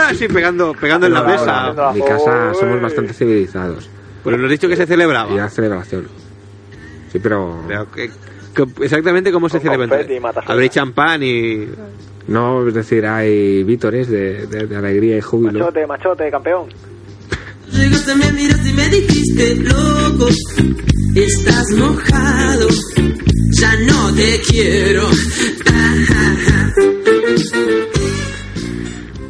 [SPEAKER 1] así pegando, pegando en la mesa.
[SPEAKER 2] En mi casa somos bastante civilizados.
[SPEAKER 1] Bueno, nos has dicho que se celebraba.
[SPEAKER 2] Y la celebración. Sí, pero.
[SPEAKER 1] Pero, ¿qué- qué- exactamente cómo se celebra. entonces? Habréis champán y.
[SPEAKER 2] No, es decir, hay vítores de, de- de alegría y júbilo.
[SPEAKER 9] Machote, machote, campeón.
[SPEAKER 11] Llegaste, me miraste y me dijiste, loco, estás mojado, ya no te quiero.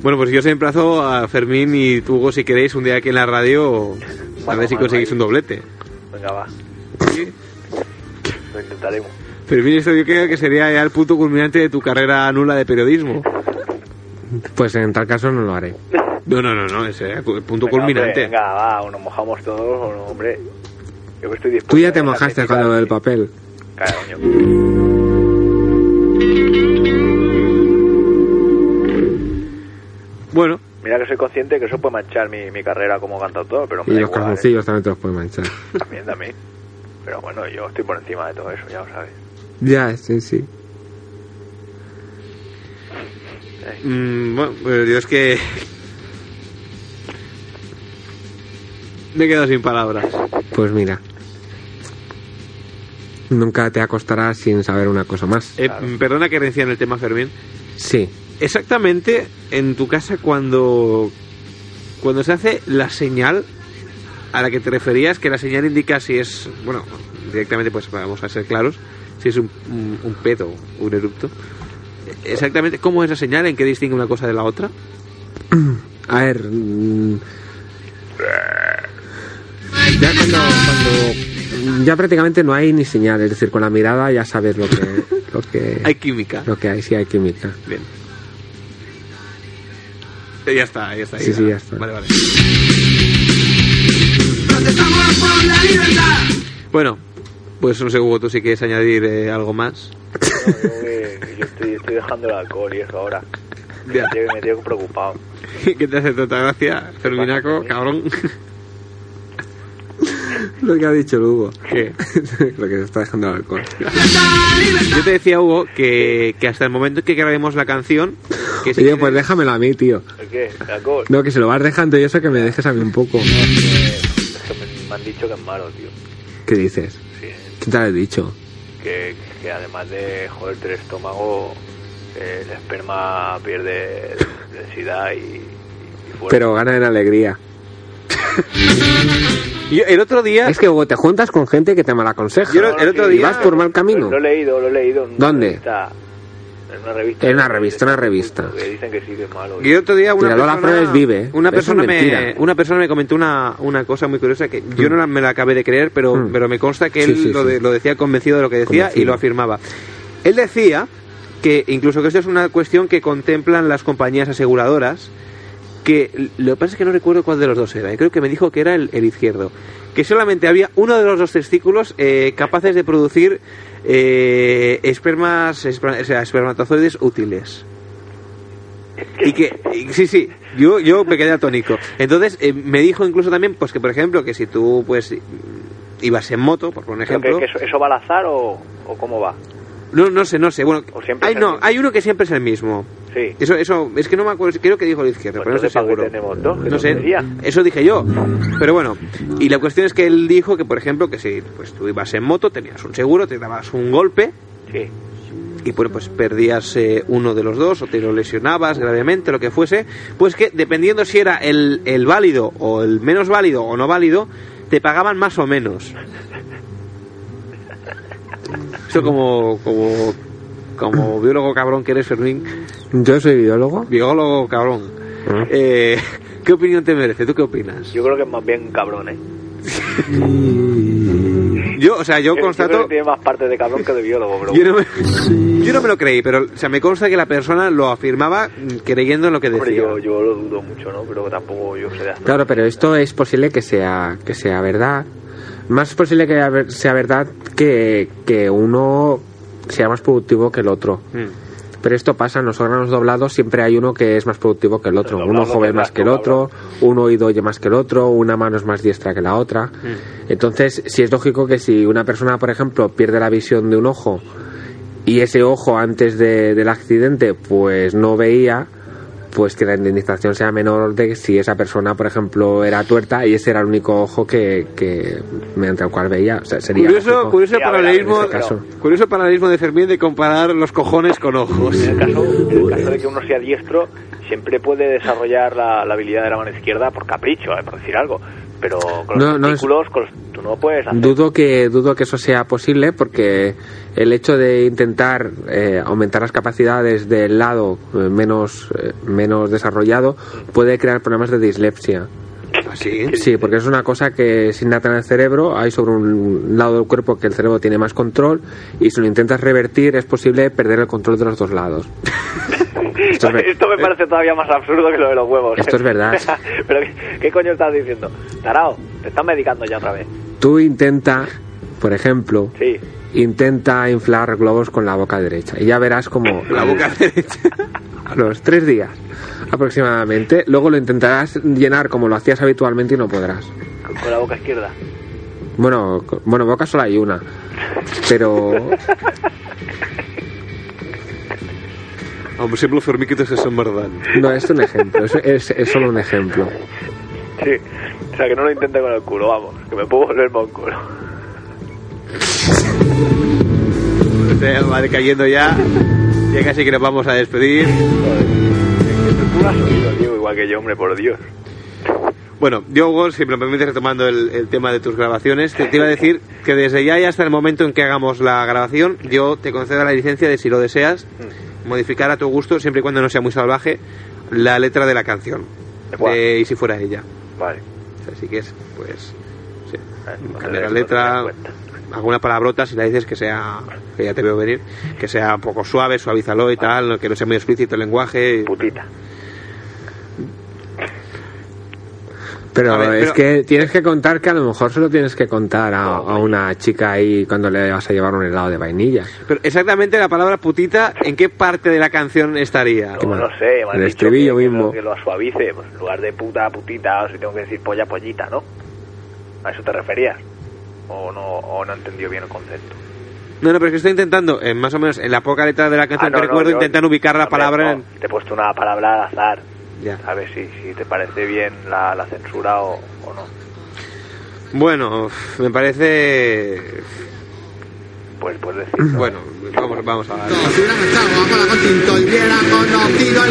[SPEAKER 1] Bueno, pues yo os emplazo a Fermín y tú, Hugo, si queréis, un día aquí en la radio, a ver si conseguís un doblete.
[SPEAKER 9] Venga, va.
[SPEAKER 1] ¿Sí?
[SPEAKER 9] Lo intentaremos.
[SPEAKER 1] Fermín, esto yo creo que sería ya el punto culminante de tu carrera nula de periodismo.
[SPEAKER 2] Pues en tal caso no lo haré.
[SPEAKER 1] No, no, no, no, ese es el punto
[SPEAKER 9] Venga, hombre,
[SPEAKER 1] culminante.
[SPEAKER 9] venga, va, o nos mojamos todos, o no, hombre. Yo que estoy dispuesto
[SPEAKER 2] Tú ya
[SPEAKER 9] a
[SPEAKER 2] te
[SPEAKER 9] dejar de
[SPEAKER 2] mojaste
[SPEAKER 9] picar.
[SPEAKER 2] con lo del papel.
[SPEAKER 9] Claro, coño.
[SPEAKER 1] Bueno,
[SPEAKER 9] Mira que soy consciente que eso puede manchar mi, mi carrera como cantautor, pero me
[SPEAKER 2] Y
[SPEAKER 9] da
[SPEAKER 2] los
[SPEAKER 9] igual,
[SPEAKER 2] calzoncillos también te los pueden manchar.
[SPEAKER 9] ¿eh? También, también. Pero bueno, yo estoy por encima de todo eso, ya lo sabes.
[SPEAKER 2] Ya, sí, sí.
[SPEAKER 1] mm, bueno, pues yo es que. Me he quedado sin palabras.
[SPEAKER 2] Pues mira. Nunca te acostarás sin saber una cosa más.
[SPEAKER 1] Eh, Perdona que en el tema, Fermín.
[SPEAKER 2] Sí.
[SPEAKER 1] Exactamente en tu casa cuando cuando se hace la señal a la que te referías, que la señal indica si es, bueno, directamente pues vamos a ser claros, si es un, un, un pedo, un erupto. Exactamente, ¿cómo es la señal? ¿En qué distingue una cosa de la otra?
[SPEAKER 2] A ver. mm, Ya cuando, cuando- Ya prácticamente no hay ni señal. Es decir, con la mirada ya sabes lo que. Lo que
[SPEAKER 1] Hay química.
[SPEAKER 2] Lo que hay, sí hay química.
[SPEAKER 1] Bien. Eh, Ya está, ya está.
[SPEAKER 2] Sí, sí, ya está.
[SPEAKER 1] Vale, vale.
[SPEAKER 12] Protestamos por la libertad.
[SPEAKER 1] Bueno, pues no sé, Hugo, tú si quieres añadir eh, algo más.
[SPEAKER 9] Yo que- Yo estoy, estoy dejando el alcohol y eso ahora.
[SPEAKER 1] Ya.
[SPEAKER 9] Me tiene- me tengo preocupado.
[SPEAKER 1] ¿Qué te hace tanta gracia, Ferminaco, cabrón?
[SPEAKER 2] Lo que ha dicho el Hugo.
[SPEAKER 1] ¿Qué?
[SPEAKER 2] lo que se está dejando el alcohol.
[SPEAKER 1] Yo te decía, Hugo, que, que hasta el momento en que grabemos la canción, que si
[SPEAKER 2] Oye,
[SPEAKER 1] quieres-
[SPEAKER 2] pues déjamelo a mí, tío.
[SPEAKER 9] ¿El qué? ¿El alcohol?
[SPEAKER 2] No, que se lo vas dejando y eso que me dejes a mí un poco.
[SPEAKER 9] Es que me, me han dicho que es malo, tío.
[SPEAKER 2] ¿Qué dices?
[SPEAKER 9] Sí.
[SPEAKER 2] ¿Quién te lo he dicho?
[SPEAKER 9] Que, que además de joderte el estómago, eh, el esperma pierde densidad y, y fuerza.
[SPEAKER 2] Pero gana en alegría.
[SPEAKER 1] el otro día.
[SPEAKER 2] Es que Hugo, te juntas con gente que te malaconseja.
[SPEAKER 9] Yo el otro
[SPEAKER 2] Y
[SPEAKER 9] día-
[SPEAKER 2] vas por mal camino.
[SPEAKER 9] Lo he leído, lo he leído. En una
[SPEAKER 2] ¿Dónde?
[SPEAKER 9] revista. en una revista.
[SPEAKER 2] En una revista, una revista.
[SPEAKER 9] Que dicen que sí, que es malo.
[SPEAKER 1] Y el otro día una
[SPEAKER 2] Mira, Lola
[SPEAKER 1] persona,
[SPEAKER 2] Flores vive. ¿eh?
[SPEAKER 1] una
[SPEAKER 2] Eso
[SPEAKER 1] persona
[SPEAKER 2] es
[SPEAKER 1] me
[SPEAKER 2] mentira. Mm.
[SPEAKER 1] una persona me comentó una, una cosa muy curiosa que yo no la- me la acabé de creer, pero pero me consta que
[SPEAKER 2] Sí,
[SPEAKER 1] él
[SPEAKER 2] sí,
[SPEAKER 1] lo,
[SPEAKER 2] sí.
[SPEAKER 1] de- lo decía convencido de lo que decía y
[SPEAKER 2] Convencido.
[SPEAKER 1] lo afirmaba. Él decía que incluso que esto es una cuestión que contemplan las compañías aseguradoras que l- lo que pasa es que no recuerdo cuál de los dos era. y Creo que me dijo que era el, el izquierdo. Que solamente había uno de los dos testículos eh, capaces de producir eh, espermas, espra- o sea, espermatozoides útiles. Y que, y- sí, sí, yo, yo me quedé atónico. Entonces, eh, me dijo incluso también, pues que por ejemplo, que si tú, pues, ibas en moto, por poner un
[SPEAKER 9] Pero que-
[SPEAKER 1] ejemplo.
[SPEAKER 9] que eso, ¿Eso va al azar o, o cómo va?
[SPEAKER 1] No, no sé, no sé. Bueno,
[SPEAKER 9] ¿O siempre
[SPEAKER 1] hay,
[SPEAKER 9] es el
[SPEAKER 1] no,
[SPEAKER 9] mismo?
[SPEAKER 1] hay uno que siempre es el mismo.
[SPEAKER 9] Sí. Pues
[SPEAKER 1] Eso, eso, es que no me acuerdo, creo que dijo el izquierdo, pero no estoy
[SPEAKER 9] Entonces, ¿para qué
[SPEAKER 1] seguro.
[SPEAKER 9] tenemos dos? ¿Qué
[SPEAKER 1] No sé,
[SPEAKER 9] tontería?
[SPEAKER 1] eso dije yo. Pero bueno, y la cuestión es que él dijo que, por ejemplo, que si pues, tú ibas en moto, tenías un seguro, te dabas un golpe
[SPEAKER 9] Sí.
[SPEAKER 1] y bueno, pues perdías eh, uno de los dos o te lo lesionabas gravemente, lo que fuese, pues que dependiendo si era el, el válido o el menos válido o no válido, te pagaban más o menos. Esto como, como, como biólogo cabrón que eres, Fermín,
[SPEAKER 2] Yo soy biólogo.
[SPEAKER 1] biólogo cabrón. Eh, ¿Qué opinión te merece? ¿Tú qué opinas?
[SPEAKER 9] Yo creo que es más bien cabrón, ¿eh?
[SPEAKER 1] Yo, o sea, yo
[SPEAKER 9] creo
[SPEAKER 1] constato.
[SPEAKER 9] que tiene más parte de cabrón que de biólogo, bro.
[SPEAKER 1] Yo no, me, yo no me lo creí, pero o sea, me consta que la persona lo afirmaba mm, creyendo en lo que
[SPEAKER 9] Hombre,
[SPEAKER 1] decía.
[SPEAKER 9] yo, yo lo dudo mucho, ¿no? Pero tampoco yo sé de astro-
[SPEAKER 2] Claro, pero esto es posible que sea, que sea verdad. Más posible que haber- sea verdad que, que uno sea más productivo que el otro.
[SPEAKER 1] Mm.
[SPEAKER 2] Pero esto pasa en los órganos doblados, siempre hay uno que es más productivo que el otro.
[SPEAKER 1] El
[SPEAKER 2] Un
[SPEAKER 1] doblado
[SPEAKER 2] ojo ve
[SPEAKER 1] que
[SPEAKER 2] más
[SPEAKER 1] blanco,
[SPEAKER 2] que el otro, un oído oye más que el otro, una mano es más diestra que la otra.
[SPEAKER 1] Mm.
[SPEAKER 2] Entonces, sí es lógico que si una persona, por ejemplo, pierde la visión de un ojo y ese ojo antes de- del accidente pues no veía, pues que la indemnización sea menor de que si esa persona, por ejemplo, era tuerta y ese era el único ojo que, que mediante el cual veía. O sea, sería
[SPEAKER 1] Curioso,
[SPEAKER 2] lógico.
[SPEAKER 1] curioso,
[SPEAKER 2] En
[SPEAKER 1] paralelismo,
[SPEAKER 2] este caso.
[SPEAKER 1] curioso paralelismo de Fermín de comparar los cojones con ojos.
[SPEAKER 9] En el, caso, en el caso de que uno sea diestro, siempre puede desarrollar la, la habilidad de la mano izquierda por capricho, ¿eh? por decir algo. Pero con los
[SPEAKER 2] No, no es-
[SPEAKER 9] testículos, con los- tú no puedes hacer.
[SPEAKER 2] Dudo que, dudo que eso sea posible porque el hecho de intentar eh, aumentar las capacidades del lado eh, menos, eh, menos desarrollado puede crear problemas de dislexia.
[SPEAKER 1] Ah, Sí.
[SPEAKER 2] Sí, porque es una cosa que es innata en el cerebro, hay sobre un lado del cuerpo que el cerebro tiene más control y si lo intentas revertir es posible perder el control de los dos lados. Esto es ver- eh,
[SPEAKER 9] Esto me parece todavía más absurdo que lo de los huevos. ¿eh?
[SPEAKER 2] Esto es verdad.
[SPEAKER 9] Pero, ¿qué, qué coño estás diciendo? Tarao, te estás medicando ya otra vez.
[SPEAKER 2] Tú intenta, por ejemplo,
[SPEAKER 9] Sí.
[SPEAKER 2] intenta inflar globos con la boca derecha y ya verás como
[SPEAKER 1] La boca derecha.
[SPEAKER 2] a los tres días aproximadamente, luego lo intentarás llenar como lo hacías habitualmente y no podrás.
[SPEAKER 9] Con la boca izquierda.
[SPEAKER 2] Bueno, co- bueno, boca solo hay una. Pero
[SPEAKER 1] Hombre, siempre los formiquitos que son verdad.
[SPEAKER 2] no es un ejemplo, es, es- es solo un ejemplo.
[SPEAKER 9] Sí. O sea, que no lo intente con el culo, vamos. Que me puedo volver monculo.
[SPEAKER 1] Este Va decayendo ya. Ya casi que nos vamos a despedir.
[SPEAKER 9] Tú Ah, lo has oído, Diego, igual que yo, hombre, por Dios.
[SPEAKER 1] Bueno, yo, si me lo permites, retomando el, el tema de tus grabaciones, te, te iba a decir que desde ya y hasta el momento en que hagamos la grabación, yo te concedo la licencia de, si lo deseas, modificar a tu gusto, siempre y cuando no sea muy salvaje, la letra de la canción. De, y si fuera ella.
[SPEAKER 9] Vale.
[SPEAKER 1] Así que es, pues, sí.
[SPEAKER 9] tener-
[SPEAKER 1] cambiar la
[SPEAKER 9] no
[SPEAKER 1] letra, alguna palabrota, si la dices que sea, que ya te veo venir, que sea un poco suave, suavízalo y tal, que no sea muy explícito el lenguaje.
[SPEAKER 9] Putita.
[SPEAKER 2] Pero
[SPEAKER 1] A ver,
[SPEAKER 2] es
[SPEAKER 1] pero-
[SPEAKER 2] que tienes que contar que a lo mejor solo tienes que contar a, a una chica ahí cuando le vas a llevar un helado de vainilla.
[SPEAKER 1] Pero exactamente la palabra putita, ¿en qué parte de la canción estaría?
[SPEAKER 9] No, no sé, me han
[SPEAKER 2] El
[SPEAKER 9] dicho
[SPEAKER 2] estribillo
[SPEAKER 9] que, que
[SPEAKER 2] mismo.
[SPEAKER 9] lo- Que, lo, suavice, pues, en lugar de puta, putita, o si tengo que decir polla, pollita, ¿no? ¿A eso te referías? ¿O no, o no entendió bien el concepto?
[SPEAKER 1] No, no, pero es que estoy intentando, en más o menos en la poca letra de la canción
[SPEAKER 9] Ah, no,
[SPEAKER 1] que
[SPEAKER 9] no,
[SPEAKER 1] recuerdo,
[SPEAKER 9] yo-
[SPEAKER 1] intentar ubicar la
[SPEAKER 9] hombre,
[SPEAKER 1] palabra en-
[SPEAKER 9] no, Te he puesto una palabra al azar.
[SPEAKER 1] Ya.
[SPEAKER 9] A ver si, si te parece bien la, la censura o, o no.
[SPEAKER 1] Bueno, me parece...
[SPEAKER 9] Pues, pues decir...
[SPEAKER 1] Bueno, vamos, vamos a...
[SPEAKER 7] Si hubiera mezclado Coca-Cola con tinto y hubiera conocido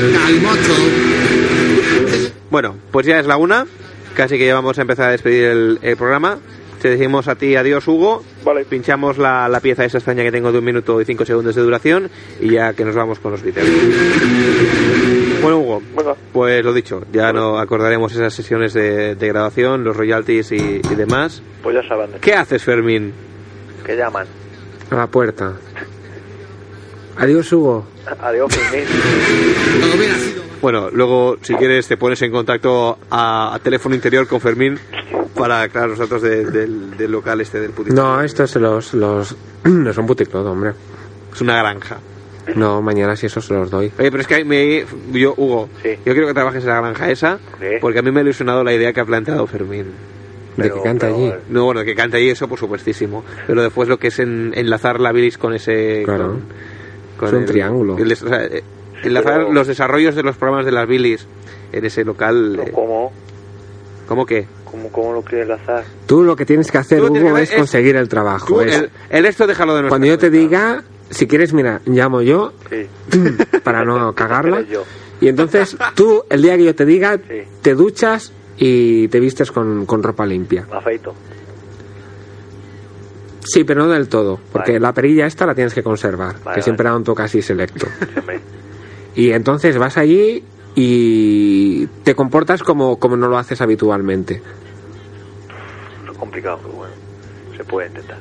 [SPEAKER 7] el calmocho.
[SPEAKER 1] Bueno, pues ya es la una, casi que ya vamos a empezar a despedir el, el programa. Te decimos a ti adiós, Hugo. Vale. Pinchamos la, la pieza esa extraña que tengo de un minuto y cinco segundos de duración y ya que nos vamos con los Beatles. Bueno, Hugo, pues lo dicho, ya no acordaremos esas sesiones de, de grabación, los royalties y, y demás.
[SPEAKER 9] Pues ya sabrán de
[SPEAKER 1] ¿Qué haces, Fermín?
[SPEAKER 9] qué llaman.
[SPEAKER 2] A la puerta. Adiós, Hugo.
[SPEAKER 9] Adiós, Fermín.
[SPEAKER 1] Bueno, luego, si quieres, te pones en contacto a, a teléfono interior con Fermín para aclarar los datos de- del, del local este del putito.
[SPEAKER 2] No, estos se los, los no son puticlod, hombre.
[SPEAKER 1] Es una granja.
[SPEAKER 2] No, mañana si eso se los doy.
[SPEAKER 1] Oye, pero es que me, yo, Hugo, yo quiero que trabajes en la granja esa,
[SPEAKER 2] Sí.
[SPEAKER 1] porque a mí me ha ilusionado la idea que ha planteado Fermín.
[SPEAKER 2] De que canta allí.
[SPEAKER 1] No, bueno, que canta ahí eso, por supuestísimo. Pero después lo que es en- enlazar la bilis con ese...
[SPEAKER 2] Claro.
[SPEAKER 1] con-
[SPEAKER 2] Es un
[SPEAKER 1] el-
[SPEAKER 2] triángulo.
[SPEAKER 1] el des- o sea, eh, enlazar
[SPEAKER 9] pero-
[SPEAKER 1] los desarrollos de los programas de las bilis en ese local... eh,
[SPEAKER 9] ¿Cómo?
[SPEAKER 1] ¿Cómo qué?
[SPEAKER 9] ¿Cómo, cómo lo quieres lazar?
[SPEAKER 2] Tú lo que tienes que hacer,
[SPEAKER 1] Tú lo
[SPEAKER 2] Hugo,
[SPEAKER 1] tienes que
[SPEAKER 2] es,
[SPEAKER 1] hacer es-
[SPEAKER 2] conseguir el trabajo.
[SPEAKER 1] Tú,
[SPEAKER 2] es-
[SPEAKER 1] el, el esto déjalo de nuestra
[SPEAKER 2] Cuando yo te diga, si quieres, mira, llamo yo
[SPEAKER 9] Sí.
[SPEAKER 2] para Ah, no cagarla.
[SPEAKER 9] Eres yo.
[SPEAKER 2] Y entonces tú, el día que yo te diga, te duchas y te vistes con, con ropa limpia.
[SPEAKER 9] Afeito.
[SPEAKER 2] Sí, pero no del todo, porque la perilla esta la tienes que conservar,
[SPEAKER 9] vale.
[SPEAKER 2] que siempre da un toque así selecto.
[SPEAKER 9] Hombre.
[SPEAKER 2] y entonces vas allí y te comportas como, como no lo haces habitualmente.
[SPEAKER 9] Es complicado, pero bueno. Se puede intentar.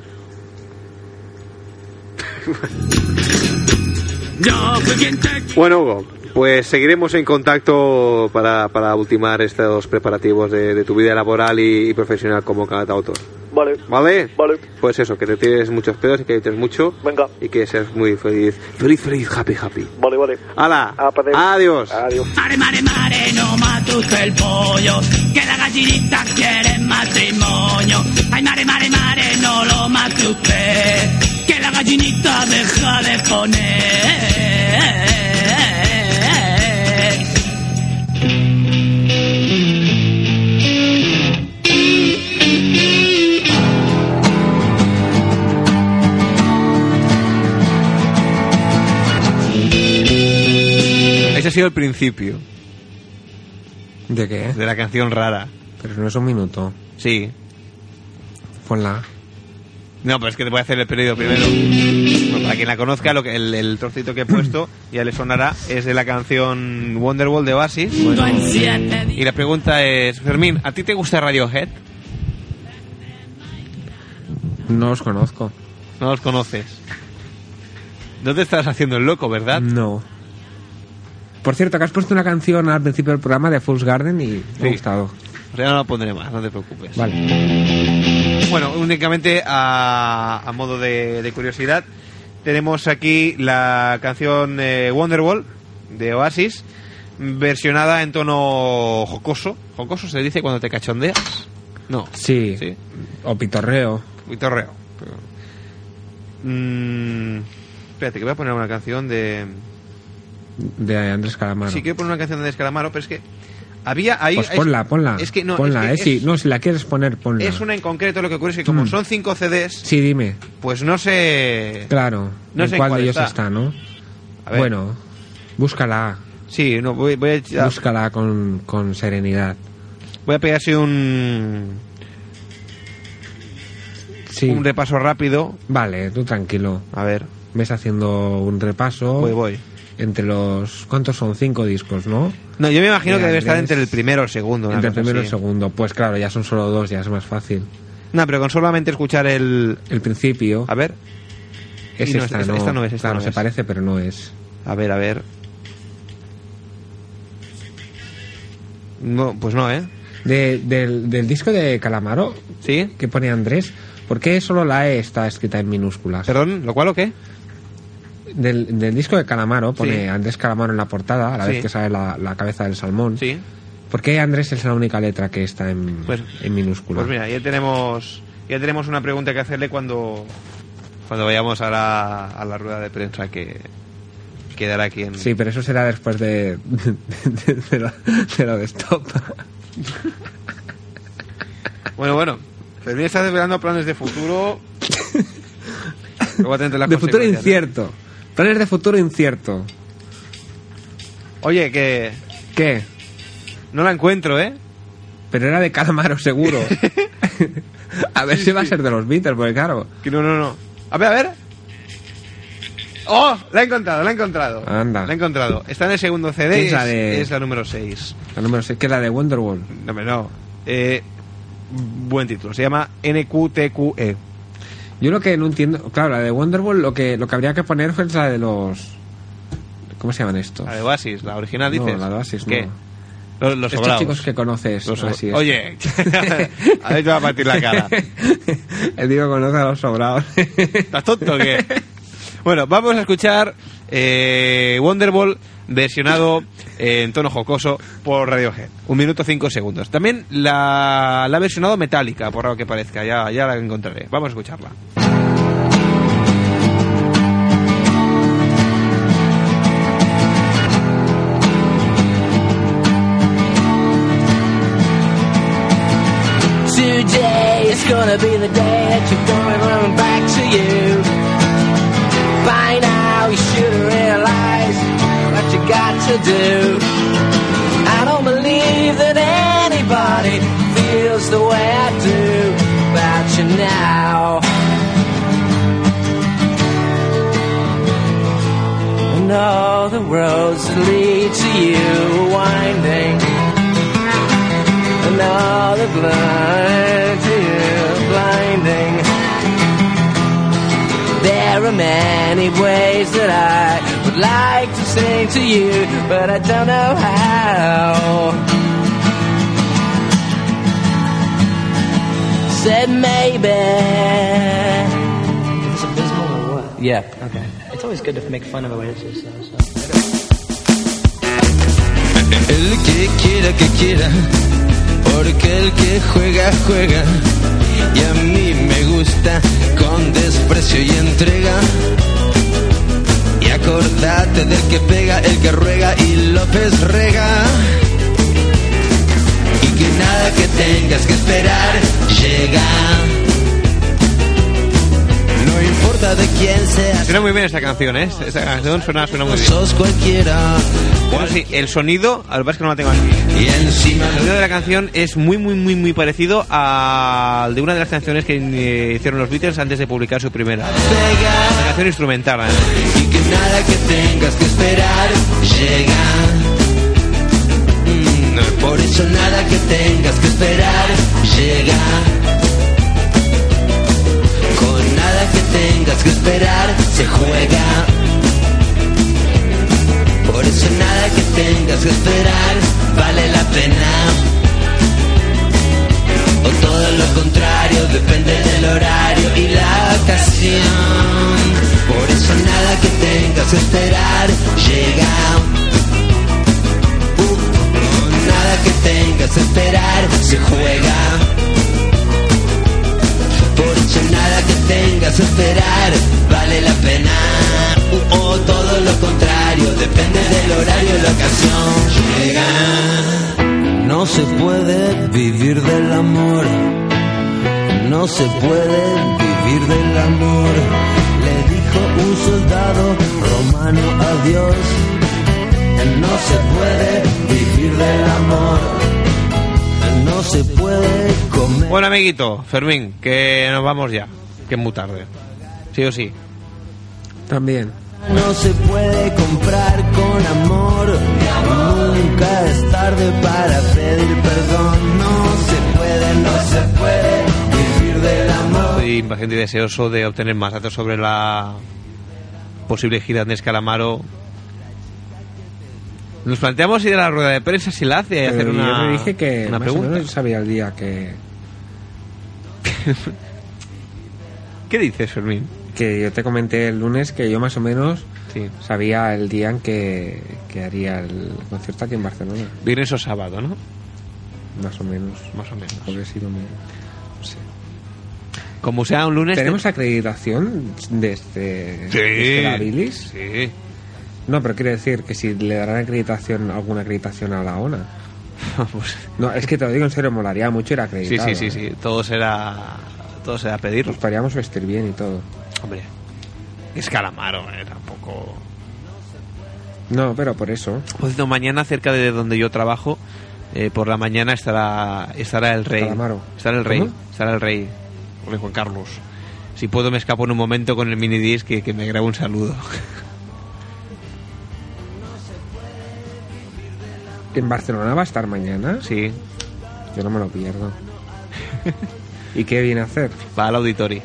[SPEAKER 1] Bueno, Hugo, pues seguiremos en contacto para, para ultimar estos preparativos de, de tu vida laboral y, y profesional como cantautor.
[SPEAKER 9] Vale.
[SPEAKER 1] ¿Vale?
[SPEAKER 9] Vale.
[SPEAKER 1] Pues eso, que te tires muchos pedos y que te mucho.
[SPEAKER 9] Venga.
[SPEAKER 1] Y que seas muy feliz. Feliz, feliz, happy, happy.
[SPEAKER 9] Vale, vale.
[SPEAKER 1] ¡Hala! ¡Adiós!
[SPEAKER 9] Adiós.
[SPEAKER 11] Mare, mare, mare, no matuto el pollo, que la gallinita quiere matrimonio. Ay, mare, mare, mare, no lo matupe, que la gallinita deja de poner.
[SPEAKER 13] Ese ha sido el principio
[SPEAKER 2] ¿De qué?
[SPEAKER 13] de la canción rara.
[SPEAKER 2] Pero no es un minuto.
[SPEAKER 13] Sí.
[SPEAKER 2] Ponla.
[SPEAKER 13] No, pero es que te voy a hacer el periodo primero. Pues para
[SPEAKER 1] para quien la conozca, lo que, el, el trocito que he puesto ya le sonará, es de la canción Wonderwall de Oasis. Y la pregunta es, Fermín, ¿a ti te gusta Radiohead?
[SPEAKER 2] No os conozco.
[SPEAKER 1] No los conoces. No te estás haciendo el loco, ¿verdad?
[SPEAKER 2] No. Por cierto, que has puesto una canción al principio del programa de Fool's Garden y me ha
[SPEAKER 1] Sí.
[SPEAKER 2] gustado.
[SPEAKER 1] O sea, Pues no la pondré más, no te preocupes.
[SPEAKER 2] Vale.
[SPEAKER 1] Bueno, únicamente a, a modo de, de curiosidad, tenemos aquí la canción eh, Wonderwall de Oasis, versionada en tono jocoso. ¿Jocoso se dice cuando te cachondeas? No.
[SPEAKER 2] Sí.
[SPEAKER 1] Sí.
[SPEAKER 2] O pitorreo.
[SPEAKER 1] Vitorreo. Mm, espérate, que voy a poner una canción de...
[SPEAKER 2] De Andrés Calamaro.
[SPEAKER 1] Sí, quiero poner una canción de Escalamaro, pero es que había ahí...
[SPEAKER 2] pues
[SPEAKER 1] es-
[SPEAKER 2] ponla, ponla.
[SPEAKER 1] Es que no,
[SPEAKER 2] ponla,
[SPEAKER 1] es,
[SPEAKER 2] eh,
[SPEAKER 1] que
[SPEAKER 2] sí. No, si la quieres poner, ponla.
[SPEAKER 1] es una en concreto, lo que ocurre es que como
[SPEAKER 2] Mm.
[SPEAKER 1] son cinco CDs,
[SPEAKER 2] Sí, dime.
[SPEAKER 1] pues no sé...
[SPEAKER 2] Claro.
[SPEAKER 1] No
[SPEAKER 2] en
[SPEAKER 1] sé en
[SPEAKER 2] cuál
[SPEAKER 1] cuál
[SPEAKER 2] de ellos
[SPEAKER 1] está.
[SPEAKER 2] está, ¿no?
[SPEAKER 1] A ver.
[SPEAKER 2] Bueno, búscala.
[SPEAKER 1] Sí, no, voy, voy a...
[SPEAKER 2] Búscala con, con serenidad.
[SPEAKER 1] Voy a pegarse un.
[SPEAKER 2] Sí.
[SPEAKER 1] Un repaso rápido.
[SPEAKER 2] Vale, tú tranquilo.
[SPEAKER 1] A ver.
[SPEAKER 2] Ves haciendo un repaso.
[SPEAKER 1] Voy, voy.
[SPEAKER 2] Entre los. ¿Cuántos son? Cinco discos, ¿no?
[SPEAKER 1] No, yo me imagino
[SPEAKER 2] De
[SPEAKER 1] que debe estar
[SPEAKER 2] Andrés.
[SPEAKER 1] entre el primero y el segundo. una
[SPEAKER 2] Entre el
[SPEAKER 1] cosa
[SPEAKER 2] primero y el
[SPEAKER 1] así.
[SPEAKER 2] segundo. Pues claro, ya son solo dos, ya es más fácil.
[SPEAKER 1] No, pero con solamente escuchar el.
[SPEAKER 2] El principio.
[SPEAKER 1] A ver.
[SPEAKER 2] Es
[SPEAKER 1] Y no,
[SPEAKER 2] esta,
[SPEAKER 1] esta-
[SPEAKER 2] ¿no?
[SPEAKER 1] esta no es, esta
[SPEAKER 2] claro,
[SPEAKER 1] no
[SPEAKER 2] se
[SPEAKER 1] es.
[SPEAKER 2] parece, pero no es.
[SPEAKER 1] A ver, a ver. No, pues no, ¿eh?
[SPEAKER 2] De- del, del disco de Calamaro.
[SPEAKER 1] Sí.
[SPEAKER 2] Que pone Andrés. ¿Por qué solo la E está escrita en minúsculas?
[SPEAKER 1] Perdón, ¿lo cual o qué?
[SPEAKER 2] Del, del disco de Calamaro pone
[SPEAKER 1] Sí.
[SPEAKER 2] Andrés Calamaro en la portada, a la
[SPEAKER 1] Sí.
[SPEAKER 2] vez que sale la, la cabeza del salmón.
[SPEAKER 1] Sí.
[SPEAKER 2] ¿Por qué Andrés es la única letra que está en,
[SPEAKER 1] Pues-
[SPEAKER 2] en minúscula?
[SPEAKER 1] Pues mira, ya tenemos. Ya tenemos una pregunta que hacerle cuando. Cuando vayamos a la, a la rueda de prensa que. Quedará aquí en.
[SPEAKER 2] Sí, pero eso será después de, de, de lo, de lo de Stop.
[SPEAKER 1] Bueno, bueno. Fermín está desvelando planes de futuro. Luego atento a las
[SPEAKER 2] de futuro
[SPEAKER 1] consecuencias, ¿eh?
[SPEAKER 2] incierto. Planes de futuro incierto.
[SPEAKER 1] Oye, que
[SPEAKER 2] ¿Qué?
[SPEAKER 1] no la encuentro, ¿eh?
[SPEAKER 2] Pero era de Calamaro, seguro. a ver si va a ser de los Beatles, porque claro.
[SPEAKER 1] Que no, no, no. A ver, a ver. ¡Oh! La he encontrado, la he encontrado.
[SPEAKER 2] Anda.
[SPEAKER 1] La he encontrado. Está en el segundo CD.
[SPEAKER 2] Es la de-
[SPEAKER 1] Es, es la número 6.
[SPEAKER 2] La número 6, que es la de Wonderwall.
[SPEAKER 1] No, hombre, no. Eh, buen título. Se llama NQTQE.
[SPEAKER 2] Yo lo que no entiendo, claro, la de Wonderwall lo que lo que habría que poner es la de los ¿Cómo se llaman estos?
[SPEAKER 1] La de Oasis, la original,
[SPEAKER 2] No,
[SPEAKER 1] dices.
[SPEAKER 2] la de Oasis,
[SPEAKER 1] ¿Qué?
[SPEAKER 2] no.
[SPEAKER 1] Los, los
[SPEAKER 2] estos
[SPEAKER 1] sobraos.
[SPEAKER 2] chicos que conoces,
[SPEAKER 1] Los sobra-
[SPEAKER 2] así es.
[SPEAKER 1] Oye, a ver, te va a partir la cara.
[SPEAKER 2] El tío conoce a los sobrados.
[SPEAKER 1] ¿Estás tonto o qué? Bueno, vamos a escuchar eh, Wonderball versionado eh, en tono jocoso por Radiohead. Un minuto cinco segundos. También la, la ha versionado Metallica, por raro que parezca. Ya, ya la encontraré. Vamos a escucharla.
[SPEAKER 11] Today is gonna be the day that you're going running back to you. By now you should have realized what you got to do. I don't believe that anybody feels the way I do about you now. And all the roads that lead to you are winding. And all the blind to you blinding. There are many ways that I would like to sing to you, but I don't know how. Said maybe.
[SPEAKER 14] Is this abysmal or what?
[SPEAKER 11] Yeah.
[SPEAKER 14] Okay. It's always good to make fun of a way it's so, so.
[SPEAKER 7] El que quiera que quiera, porque el que juega juega. Y a mí me gusta con desprecio y entrega. Y acordate del que pega, el que ruega y López rega. Y que nada que tengas que esperar llega. No importa de quién seas
[SPEAKER 1] Suena muy bien esta canción, ¿eh? Esta canción suena, suena muy bien.
[SPEAKER 11] Sos cualquiera.
[SPEAKER 1] Bueno, sí, el sonido, al que pasa es que no la tengo aquí.
[SPEAKER 11] Y encima.
[SPEAKER 1] El sonido de la canción es muy, muy, muy, muy parecido al de una de las canciones que eh, hicieron los Beatles antes de publicar su primera. Una canción instrumental, además.
[SPEAKER 11] Y que nada que tengas que esperar llega. Mm, Por eso nada que tengas que esperar llega. Con nada que tengas que esperar se juega. Por eso nada que tengas que esperar vale la pena. O todo lo contrario depende del horario y la ocasión. Por eso nada que tengas que esperar llega. Uh, nada que tengas que esperar se juega. Por eso nada que tengas que esperar vale la pena. Uh, o todo lo contrario depende del horario y la ocasión llega. No se puede vivir del amor. No se puede vivir del amor. Le dijo un soldado romano a Dios. No se puede vivir del amor. No se puede comer.
[SPEAKER 1] Bueno, amiguito, Fermín, que nos vamos ya. Que es muy tarde. Sí o sí.
[SPEAKER 2] También.
[SPEAKER 11] No se puede comprar con amor, nunca es tarde para pedir perdón. No se puede, no se puede vivir del amor.
[SPEAKER 1] Soy impaciente y deseoso de obtener más datos sobre la posible gira de Escalamaro. Nos planteamos ir a la rueda de prensa si la hace y Eh, hacer
[SPEAKER 2] Pero
[SPEAKER 1] una,
[SPEAKER 2] yo le dije que
[SPEAKER 1] una
[SPEAKER 2] más o
[SPEAKER 1] pregunta.
[SPEAKER 2] menos sabía el día que,
[SPEAKER 1] ¿Qué dices, Fermín?
[SPEAKER 2] que yo te comenté el lunes que yo más o menos sabía el día en que, que haría el concierto aquí en Barcelona.
[SPEAKER 1] Viernes o sábado, ¿no?
[SPEAKER 2] Más o menos.
[SPEAKER 1] Más o menos.
[SPEAKER 2] Porque sí, domingo. No sé.
[SPEAKER 1] Como sea un lunes.
[SPEAKER 2] ¿Tenemos acreditación este, desde,
[SPEAKER 1] Sí.
[SPEAKER 2] desde la bilis?
[SPEAKER 1] Sí.
[SPEAKER 2] este No, pero quiero decir que si le darán acreditación, alguna acreditación a la ONA. No, es que te lo digo en serio, molaría mucho ir
[SPEAKER 1] Pues, Sí,
[SPEAKER 2] acreditado.
[SPEAKER 1] sí,
[SPEAKER 2] ¿eh?
[SPEAKER 1] sí, sí. Todo será. Todo será pedirlo.
[SPEAKER 2] Nos podríamos vestir bien y todo.
[SPEAKER 1] Hombre. Es calamaro, eh, tampoco.
[SPEAKER 2] No, pero por eso.
[SPEAKER 1] Por cierto, mañana cerca de donde yo trabajo, eh, por la mañana estará estará el rey.
[SPEAKER 2] Calamaro.
[SPEAKER 1] Estará el rey.
[SPEAKER 2] ¿Cómo?
[SPEAKER 1] Estará el rey. Rey Juan Carlos. Si puedo me escapo en un momento con el minidisc que, que me grabo un saludo.
[SPEAKER 2] ¿En Barcelona va a estar mañana?
[SPEAKER 1] Sí.
[SPEAKER 2] Yo no me lo pierdo. ¿Y qué viene a hacer?
[SPEAKER 1] Va al auditorio.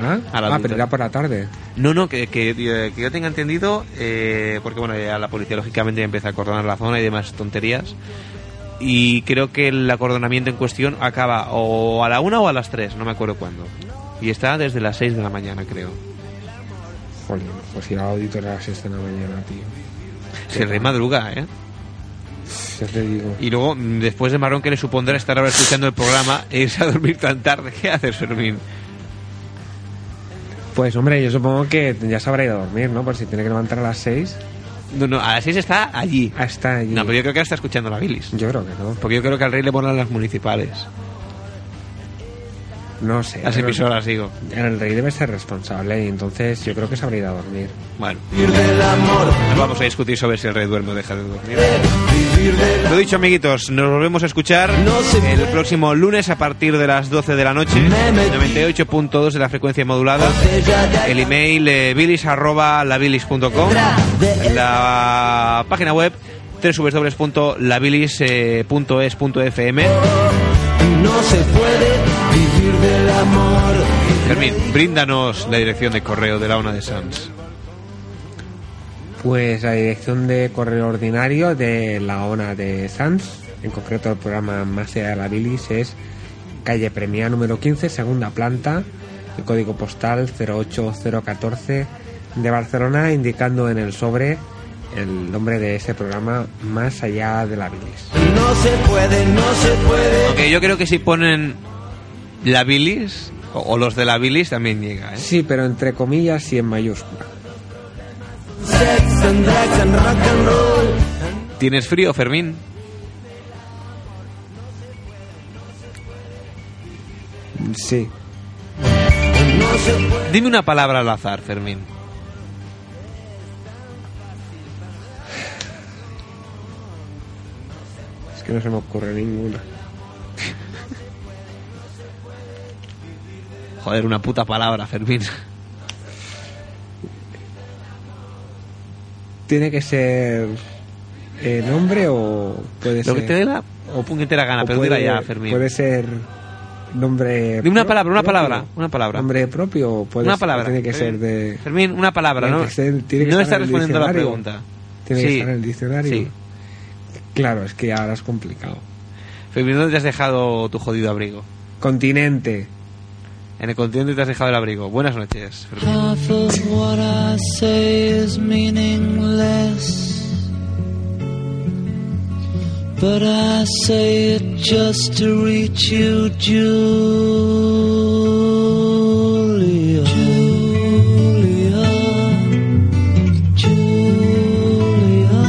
[SPEAKER 2] ¿Ah?
[SPEAKER 1] A la
[SPEAKER 2] Ah,
[SPEAKER 1] Victoria.
[SPEAKER 2] pero era por la tarde.
[SPEAKER 1] No, no, que, que, eh, que yo tenga entendido, eh, porque bueno, ya la policía lógicamente ya empieza a acordonar la zona y demás tonterías. Y creo que el acordonamiento en cuestión acaba o a la una o a las tres, no me acuerdo cuándo. Y está desde las 6 de la mañana, creo.
[SPEAKER 2] Jolín, pues ir al auditorio a las 6 de la mañana, tío.
[SPEAKER 1] Se el rey madruga, ¿eh?
[SPEAKER 2] Ya te digo.
[SPEAKER 1] Y luego, mm, después de marrón que le supondrá estar ahora escuchando el programa e irse a dormir tan tarde, ¿qué hace Fermín?
[SPEAKER 2] Pues hombre, yo supongo que ya se habrá ido a dormir, ¿no? Por si tiene que levantar a las 6.
[SPEAKER 1] No, no, a las 6 está allí.
[SPEAKER 2] Está allí.
[SPEAKER 1] No, pero yo creo que ahora está escuchando la bilis.
[SPEAKER 2] Yo creo que no.
[SPEAKER 1] Porque yo creo que al rey le ponen las municipales.
[SPEAKER 2] No sé.
[SPEAKER 1] Las
[SPEAKER 2] pero
[SPEAKER 1] emisoras, digo.
[SPEAKER 2] El rey debe ser responsable y entonces yo creo que se habrá ido a dormir.
[SPEAKER 1] Bueno. No vamos a discutir sobre si el rey duerme o deja de dormir. Lo dicho, amiguitos, nos volvemos a escuchar el próximo lunes a partir de las 12 de la noche, 98.2 de la frecuencia modulada. El email eh, bilis arroba labilis.com, la página web eh, www.labilis.es.fm.
[SPEAKER 11] No se puede vivir del amor.
[SPEAKER 1] Fermín, bríndanos la dirección de correo de la ONA de Sans.
[SPEAKER 2] Pues la dirección de correo ordinario de la ONA de Sanz, en concreto el programa Más allá de la bilis, es calle Premia número 15, segunda planta, el código postal 08014 de Barcelona, indicando en el sobre el nombre de ese programa Más allá de la bilis.
[SPEAKER 11] No se puede, no se puede.
[SPEAKER 1] Aunque Eh, yo creo que si ponen la bilis, o, o los de la bilis también llega, ¿eh?
[SPEAKER 2] Sí, pero entre comillas y en mayúscula.
[SPEAKER 11] Sex and drugs and rock and roll.
[SPEAKER 1] ¿Tienes frío, Fermín?
[SPEAKER 2] Sí.
[SPEAKER 1] Dime una palabra al azar, Fermín. que no se me ocurre ninguna. Joder, una puta palabra, Fermín.
[SPEAKER 15] ¿Tiene que ser eh, nombre o puede ser.
[SPEAKER 1] Lo que te dé la o puñetera gana,
[SPEAKER 15] o
[SPEAKER 1] pero
[SPEAKER 15] puede-
[SPEAKER 1] dila ya, Fermín.
[SPEAKER 15] Puede ser nombre.
[SPEAKER 1] Dime una
[SPEAKER 15] pro-
[SPEAKER 1] palabra, una
[SPEAKER 15] propio.
[SPEAKER 1] palabra, una palabra.
[SPEAKER 15] Nombre propio o puede
[SPEAKER 1] una
[SPEAKER 15] ser-
[SPEAKER 1] palabra. Eh,
[SPEAKER 15] Tiene que ser de.
[SPEAKER 1] Fermín, una palabra,
[SPEAKER 15] Tiene
[SPEAKER 1] ¿no?
[SPEAKER 15] que ser- tiene que
[SPEAKER 1] no
[SPEAKER 15] estar
[SPEAKER 1] está
[SPEAKER 15] en el
[SPEAKER 1] respondiendo a la
[SPEAKER 15] diccionario.
[SPEAKER 1] pregunta.
[SPEAKER 15] Tiene que
[SPEAKER 1] Sí.
[SPEAKER 15] estar en el diccionario.
[SPEAKER 1] Sí.
[SPEAKER 15] Claro, es que ahora es complicado.
[SPEAKER 1] Fermín, ¿dónde te has dejado tu jodido abrigo?
[SPEAKER 15] Continente.
[SPEAKER 1] En el continente te has dejado el abrigo. Buenas noches, Fermín.
[SPEAKER 11] Half of what I say is meaningless. But I say it just to reach you, Julia. Julia. Julia.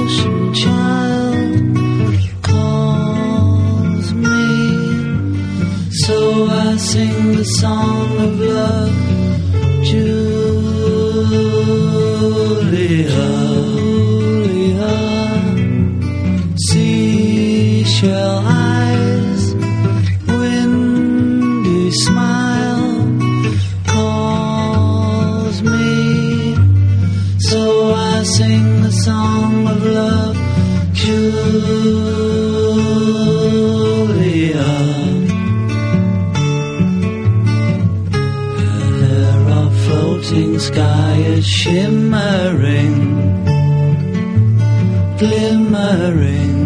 [SPEAKER 11] Ocean child calls me. So I sing the song of love, Julia. Julia. Seashell eyes, windy smile calls me. So I sing the song of love, Julia. There our floating sky is shimmering, glimmering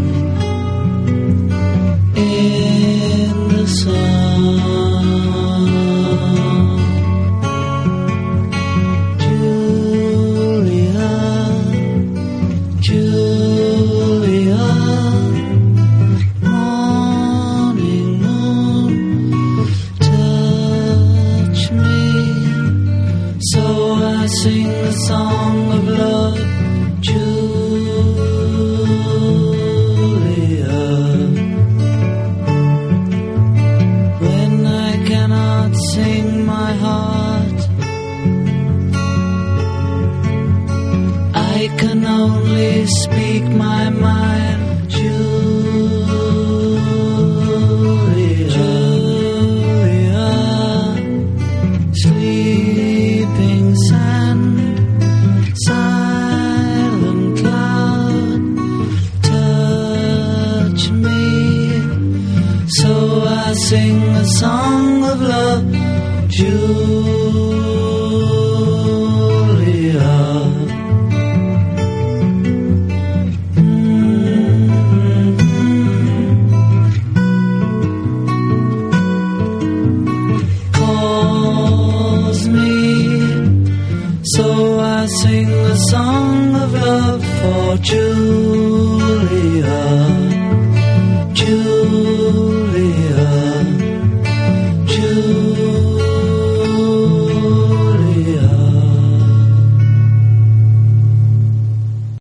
[SPEAKER 11] in the sun. Julia, Julia, morning moon touch me. So I sing the song of love, Julia. When I cannot sing my heart, I can only speak my mind. Julia. Julia, sleeping sand, silent cloud, touch me, so I sing a song of love, Julia. calls me. So I sing the song of love for you.